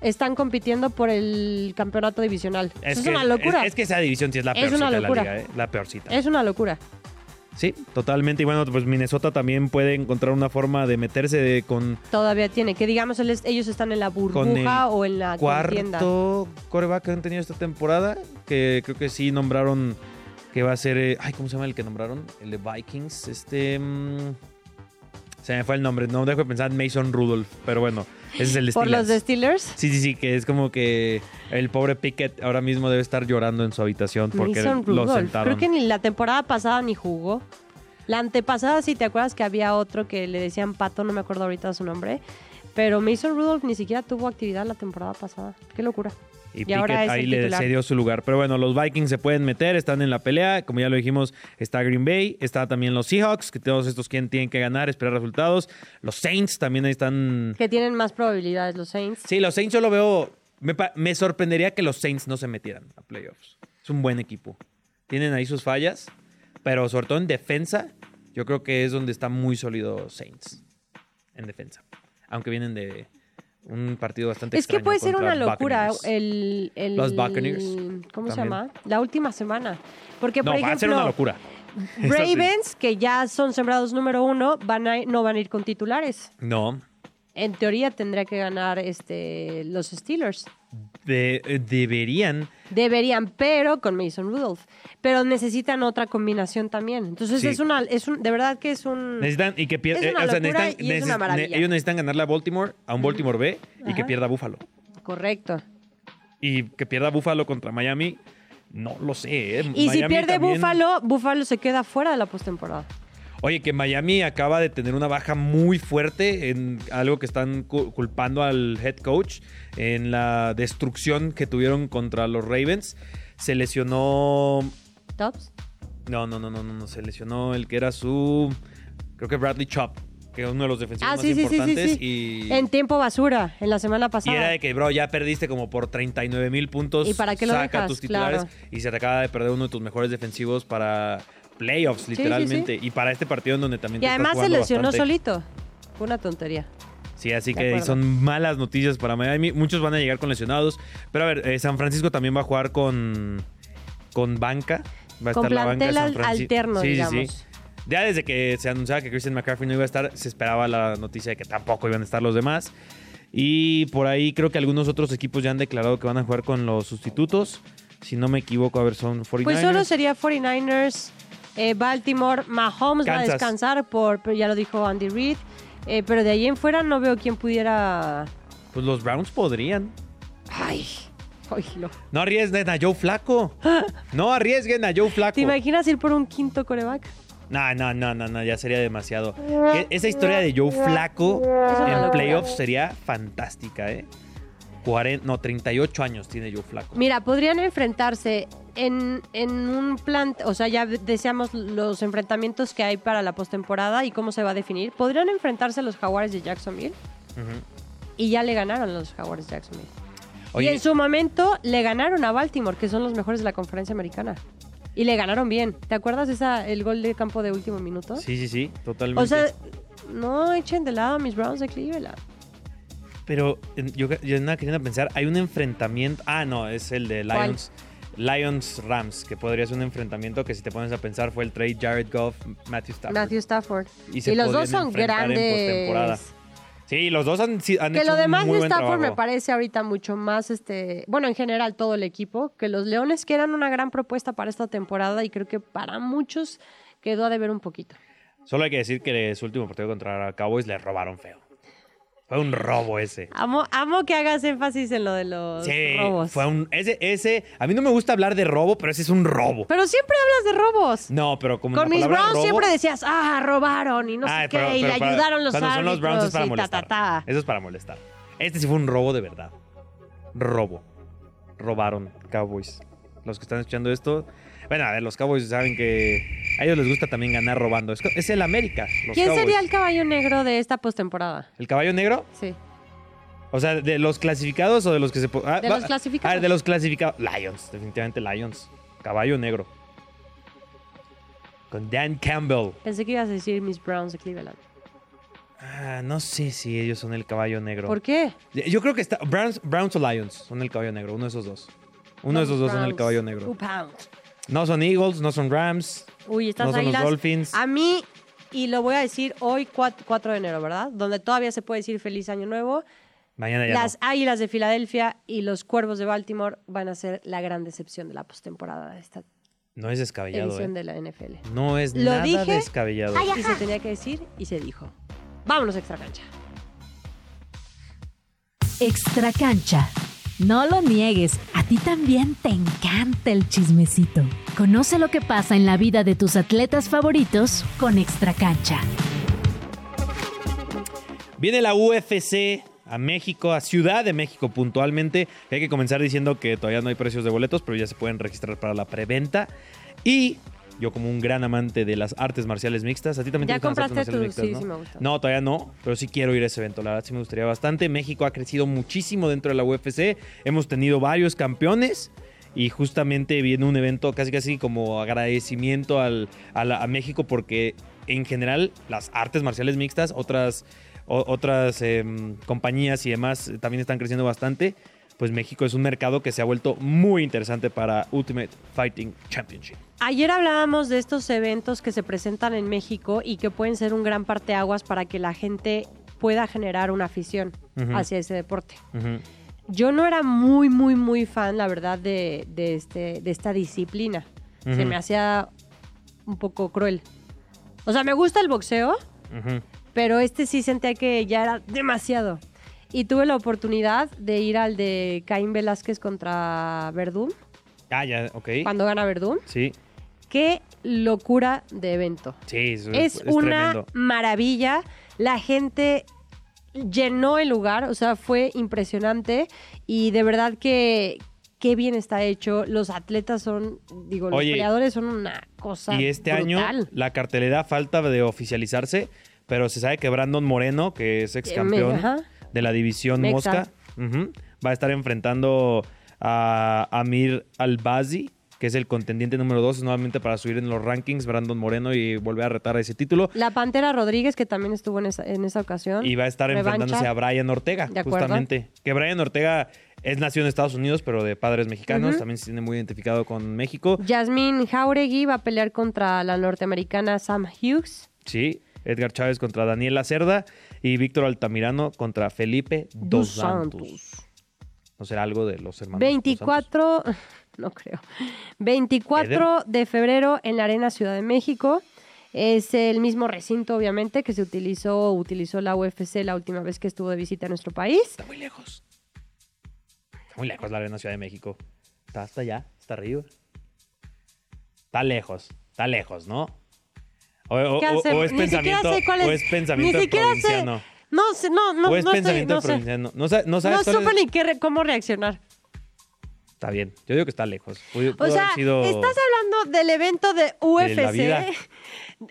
C: están compitiendo por el campeonato divisional. Eso es
E: que-
C: una locura.
E: Es, es que esa división sí es la
C: Es
E: peorcita
C: una locura.
E: de la liga, eh, La peorcita.
C: Es una locura.
E: Sí, totalmente. Y bueno, pues Minnesota también puede encontrar una forma de meterse de- con
C: Todavía tiene. Que digamos, el- ellos están en la
E: Con el
C: burbuja o en la contienda.
E: cuarto coreback que han tenido esta temporada, que creo que sí nombraron que va a ser... eh, ay, ¿cómo se llama el que nombraron? El de Vikings. Este... mm, se me fue el nombre. No dejo de pensar en Mason Rudolph. Pero bueno, ese es el de
C: Por los
E: Steelers.
C: de Steelers.
E: Sí, sí, sí, que es como que el pobre Pickett ahora mismo debe estar llorando en su habitación porque
C: Mason
E: lo
C: Rudolph.
E: sentaron.
C: Creo que ni la temporada pasada ni jugó. La antepasada, si te acuerdas que había otro que le decían Pato, no me acuerdo ahorita su nombre. Pero Mason Rudolph ni siquiera tuvo actividad la temporada pasada. Qué locura.
E: Y,
C: Y ahora
E: Pickett
C: es el
E: ahí le
C: titular.
E: cedió su lugar. Pero bueno, los Vikings se pueden meter, están en la pelea. Como ya lo dijimos, está Green Bay, está también los Seahawks, que todos estos quien tienen que ganar, esperar resultados. Los Saints también ahí están.
C: Que tienen más probabilidades los Saints.
E: Sí, los Saints yo lo veo. Me, pa- me sorprendería que los Saints no se metieran a playoffs. Es un buen equipo. Tienen ahí sus fallas, pero sobre todo en defensa, yo creo que es donde está muy sólido Saints. En defensa. Aunque vienen de un partido bastante
C: Es que
E: extraño
C: puede ser
E: contra
C: una locura eh,
E: Buccaneers.
C: el, el-
E: Los Buccaneers
C: ¿Cómo
E: también.
C: se llama? La última semana. Porque,
E: No,
C: por
E: va
C: ejemplo,
E: a ser una locura. Eso sí.
C: Ravens, que ya son sembrados número uno, van a- no van a ir con titulares.
E: No.
C: En teoría tendría que ganar este, los Steelers.
E: de- eh, deberían.
C: Deberían, pero con Mason Rudolph. Pero necesitan otra combinación también. Entonces
E: Sí.
C: es una, es un, de verdad que es un.
E: Necesitan y que pier-
C: Mm. Es
E: eh,
C: una
E: o sea,
C: locura
E: necesitan-
C: y es una
E: neces-
C: maravilla.
E: ne- ellos necesitan ganarle a Baltimore, a un Baltimore B, y que pierda Buffalo.
C: Correcto.
E: Y que pierda Buffalo contra Miami, no lo sé. eh.
C: Y si
E: Miami
C: pierde
E: también-
C: Buffalo, Buffalo se queda fuera de la postemporada.
E: Oye, que Miami acaba de tener una baja muy fuerte en algo que están cu- culpando al head coach en la destrucción que tuvieron contra los Ravens. Se lesionó
C: ¿Tops?
E: No, no, no, no, no, no. Se lesionó el que era su. Creo que Bradley Chop, que es uno de los defensivos
C: Ah,
E: más
C: sí, sí, sí, sí,
E: importantes.
C: sí.
E: Y,
C: En tiempo basura, en la semana
E: y
C: pasada.
E: era de que, bro, ya perdiste como por 39 mil puntos.
C: ¿Y para qué lo
E: Saca
C: dejas?
E: tus titulares.
C: Claro.
E: Y se te acaba de perder uno de tus mejores defensivos para playoffs, literalmente. Y para este partido en donde también te
C: Y
E: estás
C: además se
E: jugando
C: lesionó
E: bastante.
C: solito. Fue una tontería.
E: Sí, así
C: De
E: que
C: acuerdo.
E: son malas noticias para Miami. Muchos van a llegar con lesionados. Pero a ver, eh, San Francisco también va a jugar con, con banca. Va a
C: Con
E: estar la banca de
C: plantel
E: San
C: al-
E: Francisco.
C: alterno, digamos.
E: Ya desde que se anunciaba que Christian McCaffrey no iba a estar, se esperaba la noticia de que tampoco iban a estar los demás. Y por ahí creo que algunos otros equipos ya han declarado que van a jugar con los sustitutos. Si no me equivoco, a ver, son 49ers.
C: Pues solo sería 49ers, eh, Baltimore, Mahomes va a
E: Kansas.
C: descansar, por, pero ya lo dijo Andy Reid. Eh, pero de ahí en fuera no veo quién pudiera.
E: Pues los Browns podrían.
C: Ay, ay, no.
E: No arriesguen a Joe Flaco. No arriesguen a Joe Flaco.
C: ¿Te imaginas ir por un quinto coreback?
E: No, no, no, no, no, ya sería demasiado. E- Esa historia de Joe Flaco
C: una
E: en
C: locura.
E: playoffs sería fantástica, ¿eh? 40, no, 38 años tiene Joe Flaco.
C: Mira, podrían enfrentarse en, en un plan, o sea, ya deseamos los enfrentamientos que hay para la postemporada y cómo se va a definir. Podrían enfrentarse los Jaguares de Jacksonville y ya le ganaron los Jaguares de Jacksonville. y
E: Oye,
C: en su momento le ganaron a Baltimore, que son los mejores de la conferencia americana. Y le ganaron bien. ¿Te acuerdas esa el gol de campo de último minuto?
E: sí, sí, sí, totalmente.
C: O sea, no echen de lado a mis Browns de Cleveland.
E: Pero en- yo, yo nada queriendo pensar, hay un enfrentamiento. Ah, no, es el de
C: ¿Cuál?
E: Lions. Lions Rams, que podría ser un enfrentamiento que si te pones a pensar fue el trade Jared Goff, Matthew Stafford.
C: Matthew Stafford.
E: Y
C: Y,
E: se
C: los dos
E: podrían
C: son
E: enfrentar en postemporada.
C: grandes.
E: Sí, los dos han, si- han
C: Que
E: hecho
C: lo demás
E: muy
C: de
E: buen
C: Stafford me
E: trabajo.
C: parece ahorita mucho más, este, bueno, en general todo el equipo, que los Leones, que eran una gran propuesta para esta temporada y creo que para muchos quedó a deber un poquito.
E: Solo hay que decir que su último partido contra Cowboys le robaron feo. Fue un robo ese.
C: Amo, amo que hagas énfasis en lo de los
E: Sí,
C: robos.
E: fue un ese ese a mí no me gusta hablar de robo, pero ese es un robo.
C: Pero siempre hablas de robos.
E: No, pero como la
C: Con mis
E: palabra
C: Browns
E: robo-
C: siempre decías, ah, robaron y no
E: Ay,
C: sé qué,
E: pero-
C: y
E: pero
C: le
E: para-
C: ayudaron los
E: cuando son los Browns es para
C: árbitros y ta,
E: molestar.
C: ta, ta.
E: Eso es para molestar. Este sí fue un robo de verdad. Robo. Robaron Cowboys. Los que están escuchando esto, bueno, a ver, los Cowboys saben que A ellos les gusta también ganar robando. Es, es el América. los
C: ¿Quién
E: Cowboys.
C: sería el caballo negro de esta postemporada?
E: ¿El caballo negro?
C: Sí.
E: O sea, ¿de los clasificados o de los que se... po- ah,
C: De
E: va-
C: los clasificados.
E: Ah, de los clasificados. Lions, definitivamente Lions. Caballo negro. Con Dan Campbell.
C: Pensé que ibas a decir Miss Browns de Cleveland.
E: Ah, no sé si ellos son el caballo negro.
C: ¿Por qué?
E: Yo creo que está... Browns, Browns o Lions son el caballo negro, uno de esos dos. Uno de esos dos son el caballo negro. No son Eagles, no son Rams.
C: Uy, estas
E: No son los
C: águilas.
E: Dolphins.
C: A mí, y lo voy a decir hoy, 4, de enero, ¿verdad? Donde todavía se puede decir feliz año nuevo.
E: Mañana Ah, ya
C: Las
E: no.
C: águilas de Filadelfia y los cuervos de Baltimore van a ser la gran decepción de la postemporada de esta
E: No es descabellado,
C: edición
E: eh.
C: de la NFL.
E: No es
C: Lo
E: nada
C: dije.
E: descabellado.
C: Y se tenía que decir y se dijo. Vámonos a extra cancha.
A: Extra cancha. No lo niegues, a ti también te encanta el chismecito. Conoce lo que pasa en la vida de tus atletas favoritos con Extra cancha.
E: Viene la UFC a México, a Ciudad de México puntualmente. Hay que comenzar diciendo que todavía no hay precios de boletos, pero ya se pueden registrar para la preventa. Y yo como un gran amante de las artes marciales mixtas, a ti también
C: ¿Ya
E: te gustan las artes
C: compraste
E: marciales
C: tu-
E: mixtas,
C: sí,
E: ¿no?
C: sí me gustan.
E: No, todavía no, pero sí quiero ir a ese evento. La verdad sí me gustaría bastante. México ha crecido muchísimo dentro de la UFC. Hemos tenido varios campeones. Y justamente viene un evento casi casi como agradecimiento al, a, la- a México porque en general las artes marciales mixtas, otras, o- otras em, compañías y demás eh, también están creciendo bastante. Pues México es un mercado que se ha vuelto muy interesante para Ultimate Fighting Championship.
C: Ayer hablábamos de estos eventos que se presentan en México y que pueden ser un gran parteaguas para que la gente pueda generar una afición
E: Ujú.
C: hacia ese deporte.
E: Ujú.
C: Yo no era muy, muy, muy fan, la verdad, de, de este, de esta disciplina. Se
E: Ujú.
C: me hacía un poco cruel. O sea, me gusta el boxeo,
E: Ujú.
C: pero este sí sentía que ya era demasiado. Y tuve la oportunidad de ir al de Caín Velázquez contra Verdún,
E: Ah, ya, ok.
C: cuando gana Verdún.
E: Sí,
C: Qué locura de evento.
E: sí, es,
C: Es,
E: es
C: una
E: tremendo.
C: maravilla. La gente llenó el lugar, o sea, fue impresionante y de verdad que qué bien está hecho. Los atletas son, digo, los
E: Oye,
C: peleadores son una cosa
E: Y este año
C: brutal.
E: la cartelera falta de oficializarse, pero se sabe que Brandon Moreno, que es ex campeón
C: Eh, Ajá.
E: de la división
C: Mexa.
E: Mosca, ujú, va a estar enfrentando a Amir Albazi, que es el contendiente número 2 nuevamente para subir en los rankings Brandon Moreno y volver a retar a ese título.
C: La Pantera Rodríguez que también estuvo en esa, en esa ocasión.
E: Y va a estar
C: revancha.
E: enfrentándose a Brian Ortega,
C: De acuerdo.
E: justamente. Que Brian Ortega es nacido en Estados Unidos, pero de padres mexicanos, también se tiene muy identificado con México.
C: Yasmín Jauregui va a pelear contra la norteamericana Sam Hughes.
E: Sí, Edgar Chávez contra Daniela Cerda y Víctor Altamirano contra Felipe Dos,
C: Dos
E: Santos.
C: Santos.
E: No será algo de los hermanos. Dos
C: 24, no creo. 24 de febrero en la Arena Ciudad de México. Es el mismo recinto, obviamente, que se utilizó, utilizó la UFC la última vez que estuvo de visita a nuestro país.
E: Santos. Está muy lejos. Está muy lejos la Arena Ciudad de México. Está hasta allá, está arriba. Está lejos, está lejos, ¿no? O, o-
C: ¿Qué
E: o-
C: hacemos?
E: o es
C: Ni siquiera
E: pensamiento,
C: sé cuál
E: o es pensamiento
C: Ni siquiera sé-
E: provinciano.
C: No sé, no, no,
E: o es
C: no estoy-
E: pensamiento
C: no sé.
E: provinciano. No, sa- no sabes
C: No
E: cuál es-
C: supe ni qué re- cómo reaccionar.
E: Está bien, yo digo que está lejos. Pudo-
C: O
E: pudo
C: sea,
E: haber sido-
C: estás hablando del evento de UFC,
E: vida.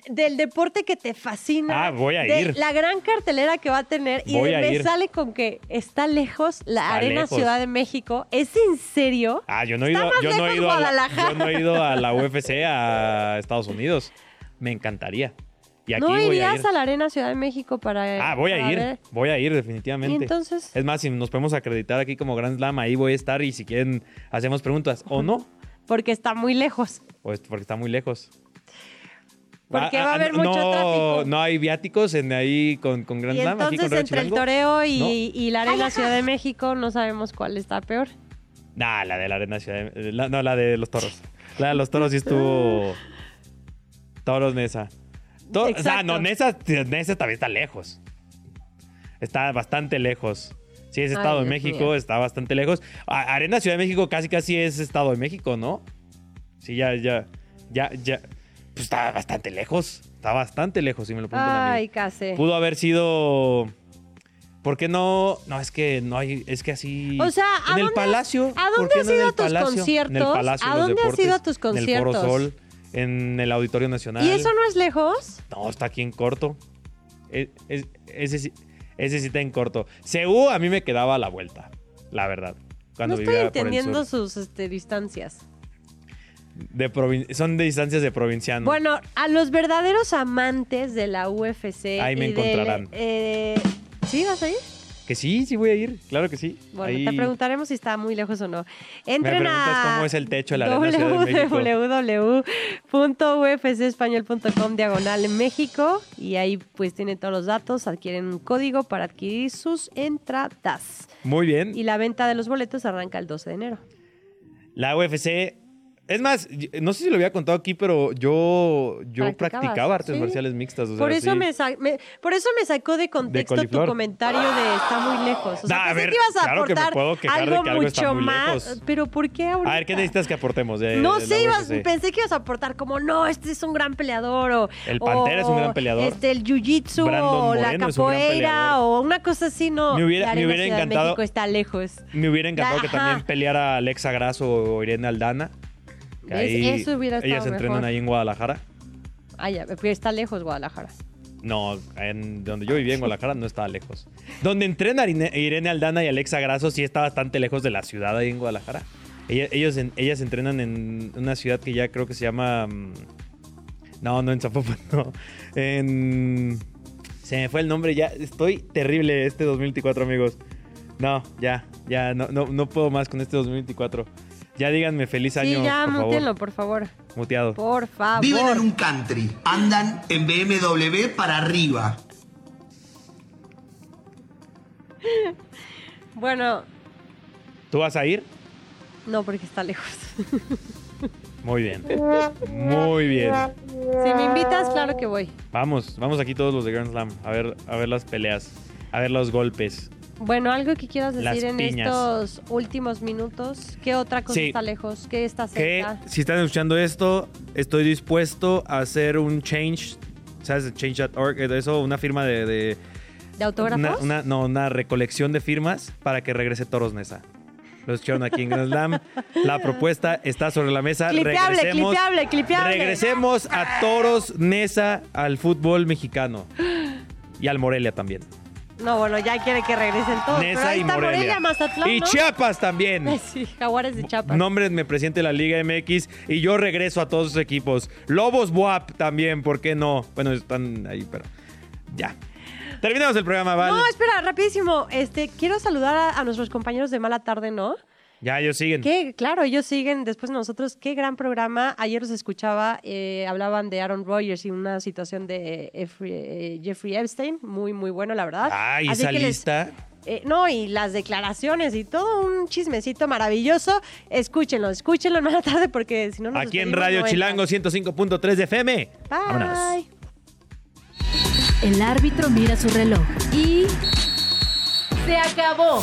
C: del deporte que te fascina.
E: Ah, voy a
C: de
E: ir.
C: La gran cartelera que va a tener. Y
E: Voy
C: de-
E: a
C: me
E: ir.
C: sale con que está lejos la
E: Está
C: Arena
E: lejos.
C: Ciudad de México. ¿Es en serio?
E: Ah, yo no he
C: Está
E: ido,
C: más
E: yo no he
C: lejos
E: ido, a la,
C: Guadalajara.
E: yo no he ido a la UFC a Estados Unidos. Me encantaría. Y aquí
C: ¿No
E: voy a
C: irías
E: ir.
C: a, la Arena Ciudad de México para
E: Ah, voy a
C: para
E: ir.
C: ver?
E: Voy a ir definitivamente.
C: ¿Y entonces?
E: Es más, si nos podemos acreditar aquí como Grand Slam, ahí voy a estar y si quieren hacemos preguntas o no,
C: Porque está muy lejos.
E: o es porque está muy lejos.
C: Porque
E: Ah,
C: va a
E: ah,
C: haber
E: no,
C: mucho tráfico.
E: No hay viáticos en ahí con, con Grand
C: Y
E: Slam aquí
C: entonces
E: con Radio
C: entre el
E: Chilango.
C: toreo y,
E: No.
C: y la Arena Ciudad de México no sabemos cuál está peor.
E: Nah, la de la Arena Ciudad de- eh, la- no, la de los toros. La de los toros sí estuvo. Toros Nesa. To- o sea,
C: Exacto.
E: no, Nesa, Nesa también está lejos. Está bastante lejos. Sí, es
C: Ay,
E: Estado de
C: Dios
E: México,
C: mío.
E: está bastante lejos. A- Arena Ciudad de México casi casi es Estado de México, ¿no? Sí, ya, ya, ya, ya. Pues está bastante lejos. Está bastante lejos, si me lo preguntan a mí.
C: Ay, casi.
E: Pudo haber sido. ¿Por qué no? No, es que no hay. Es que así.
C: O sea, ¿a
E: en el
C: dónde-
E: palacio.
C: a
E: ¿por
C: dónde
E: qué
C: has
E: no en
C: ido
E: el
C: a tus
E: Palacio? En el
C: conciertos?
E: Palacio,
C: ¿A
E: en los
C: dónde has ido a
E: deportes,
C: tus
E: En el Foro
C: conciertos?
E: Sol. en el Auditorio Nacional.
C: ¿Y eso no es lejos?
E: No, está aquí en corto. Es- es- ese, sí- ese sí está en corto. Seúl a mí me quedaba a la vuelta, la verdad. Cuando
C: no
E: vivía
C: estoy
E: por el
C: entendiendo
E: sur.
C: sus este, distancias.
E: De provin- son de distancias de provinciano.
C: Bueno, a los verdaderos amantes de la UFC.
E: Ahí me
C: y del,
E: encontrarán.
C: eh, ¿Sí vas a ir?
E: Que sí, sí voy a ir, claro que sí.
C: Bueno,
E: Ahí-
C: te preguntaremos si está muy lejos o no. Entren
E: preguntas
C: a
E: cómo es el techo de la Arena Ciudad de México.
C: www.ufcespañol.com diagonal México y ahí pues tienen todos los datos, adquieren un código para adquirir sus entradas.
E: Muy bien.
C: Y la venta de los boletos arranca el 12 de enero.
E: La UFC. Es más, y- no sé si lo había contado aquí, pero yo, yo
C: Practicabas,
E: practicaba artes
C: sí.
E: marciales mixtas. o sea,
C: Por eso,
E: sí.
C: me sa- me- por eso me sacó de contexto tu
E: coliflor.
C: comentario de está muy lejos. O sea,
E: Da, a
C: pensé
E: ver,
C: que ibas a
E: claro que me
C: aportar
E: puedo quejar de
C: algo
E: que algo está
C: mucho
E: muy
C: más.
E: lejos.
C: Pero ¿por qué ahorita?
E: A ver, ¿qué necesitas que aportemos? de-
C: No
E: de la
C: sé, ibas-
E: UFC?
C: pensé que ibas a aportar como, no, este es un gran peleador o...
E: El Pantera
C: o-
E: es un gran peleador.
C: Este, el jiu-jitsu
E: Brandon
C: o la
E: Moreno es un gran
C: capoeira
E: peleador.
C: o una cosa así, no.
E: Me hubiera-
C: la
E: me
C: Arena
E: hubiera
C: Ciudad de
E: encantado-
C: México está lejos.
E: Me hubiera encantado que
C: Ajá.
E: también peleara Alexa Grasso o Irene Aldana. que
C: ¿Ves? Eso hubiera
E: Ellas
C: estado
E: entrenan
C: mejor.
E: ahí en Guadalajara.
C: Ah, ya, pero está lejos Guadalajara.
E: Este No, en donde yo vivía en Guadalajara no estaba lejos. Donde entrena Irene Irene Aldana y Alexa Grasso sí está bastante lejos de la ciudad ahí en Guadalajara. Ella- Ellos, en- ellas entrenan en una ciudad que ya creo que se llama... mm, No, no en Zapopan, no. En... Se me fue el nombre, ya estoy terrible este 2024, amigos. No, ya, ya, no, no, no puedo más con este 2024. Ya díganme feliz año,
C: sí, ya,
E: por favor.
C: mútenlo, por favor.
E: Muteado.
C: Por favor.
H: Viven en un country, andan en BMW para arriba.
C: Bueno,
E: ¿Tú vas a ir?
C: no, porque está lejos.
E: Muy bien. Muy bien.
C: si me invitas, claro que voy.
E: Vamos, vamos aquí todos los de Grand Slam a ver, a ver las peleas, a ver los golpes.
C: Bueno, algo que quieras
E: Las
C: decir en
E: piñas.
C: estos últimos minutos. ¿Qué otra cosa
E: Sí.
C: está lejos? ¿Qué está
E: Que
C: cerca?
E: si están escuchando esto, estoy dispuesto a hacer un change, ¿sabes? Change.org, eso, una firma de. de-
C: ¿De autógrafos?
E: una, una- no, una recolección de firmas para que regrese Toros Nesa. Los echaron aquí en Grand Slam. La propuesta está sobre la mesa.
C: Clipeable,
E: regresemos,
C: clipeable, clipeable.
E: Regresemos a Toros Nesa al fútbol mexicano y al Morelia también.
C: No, bueno, ya quiere que regresen todos. pero
E: Nesa
C: ahí
E: y
C: está
E: Morelia.
C: Mazatlán,
E: y
C: ¿no?
E: Chiapas también.
C: Sí, Jaguares de Chiapas.
E: Nombres me presente la Liga MX y yo regreso a todos sus equipos. Lobos WAP también, ¿por qué no? Bueno, están ahí, pero ya. Terminamos el programa, Val.
C: No, espera, rapidísimo. Este, quiero saludar a, a nuestros compañeros de Mala Tarde, ¿no?
E: ya, ellos siguen.
C: Que, claro, ellos siguen después de nosotros. Qué gran programa. Ayer los escuchaba, eh, hablaban de Aaron Rodgers y una situación de eh, Efre- eh, Jeffrey Epstein. Muy, muy bueno, la verdad.
E: Ay, Ah,
C: Así
E: esa
C: que les-
E: lista.
C: Eh, no, y las declaraciones y todo un chismecito maravilloso. Escúchenlo, escúchenlo en la tarde porque si no nos
E: Aquí en
C: despedimos,
E: Radio
C: no
E: Chilango 105.3 de FM.
C: entran. Bye.
E: Vámonos.
A: El árbitro mira su reloj y... ¡Se acabó!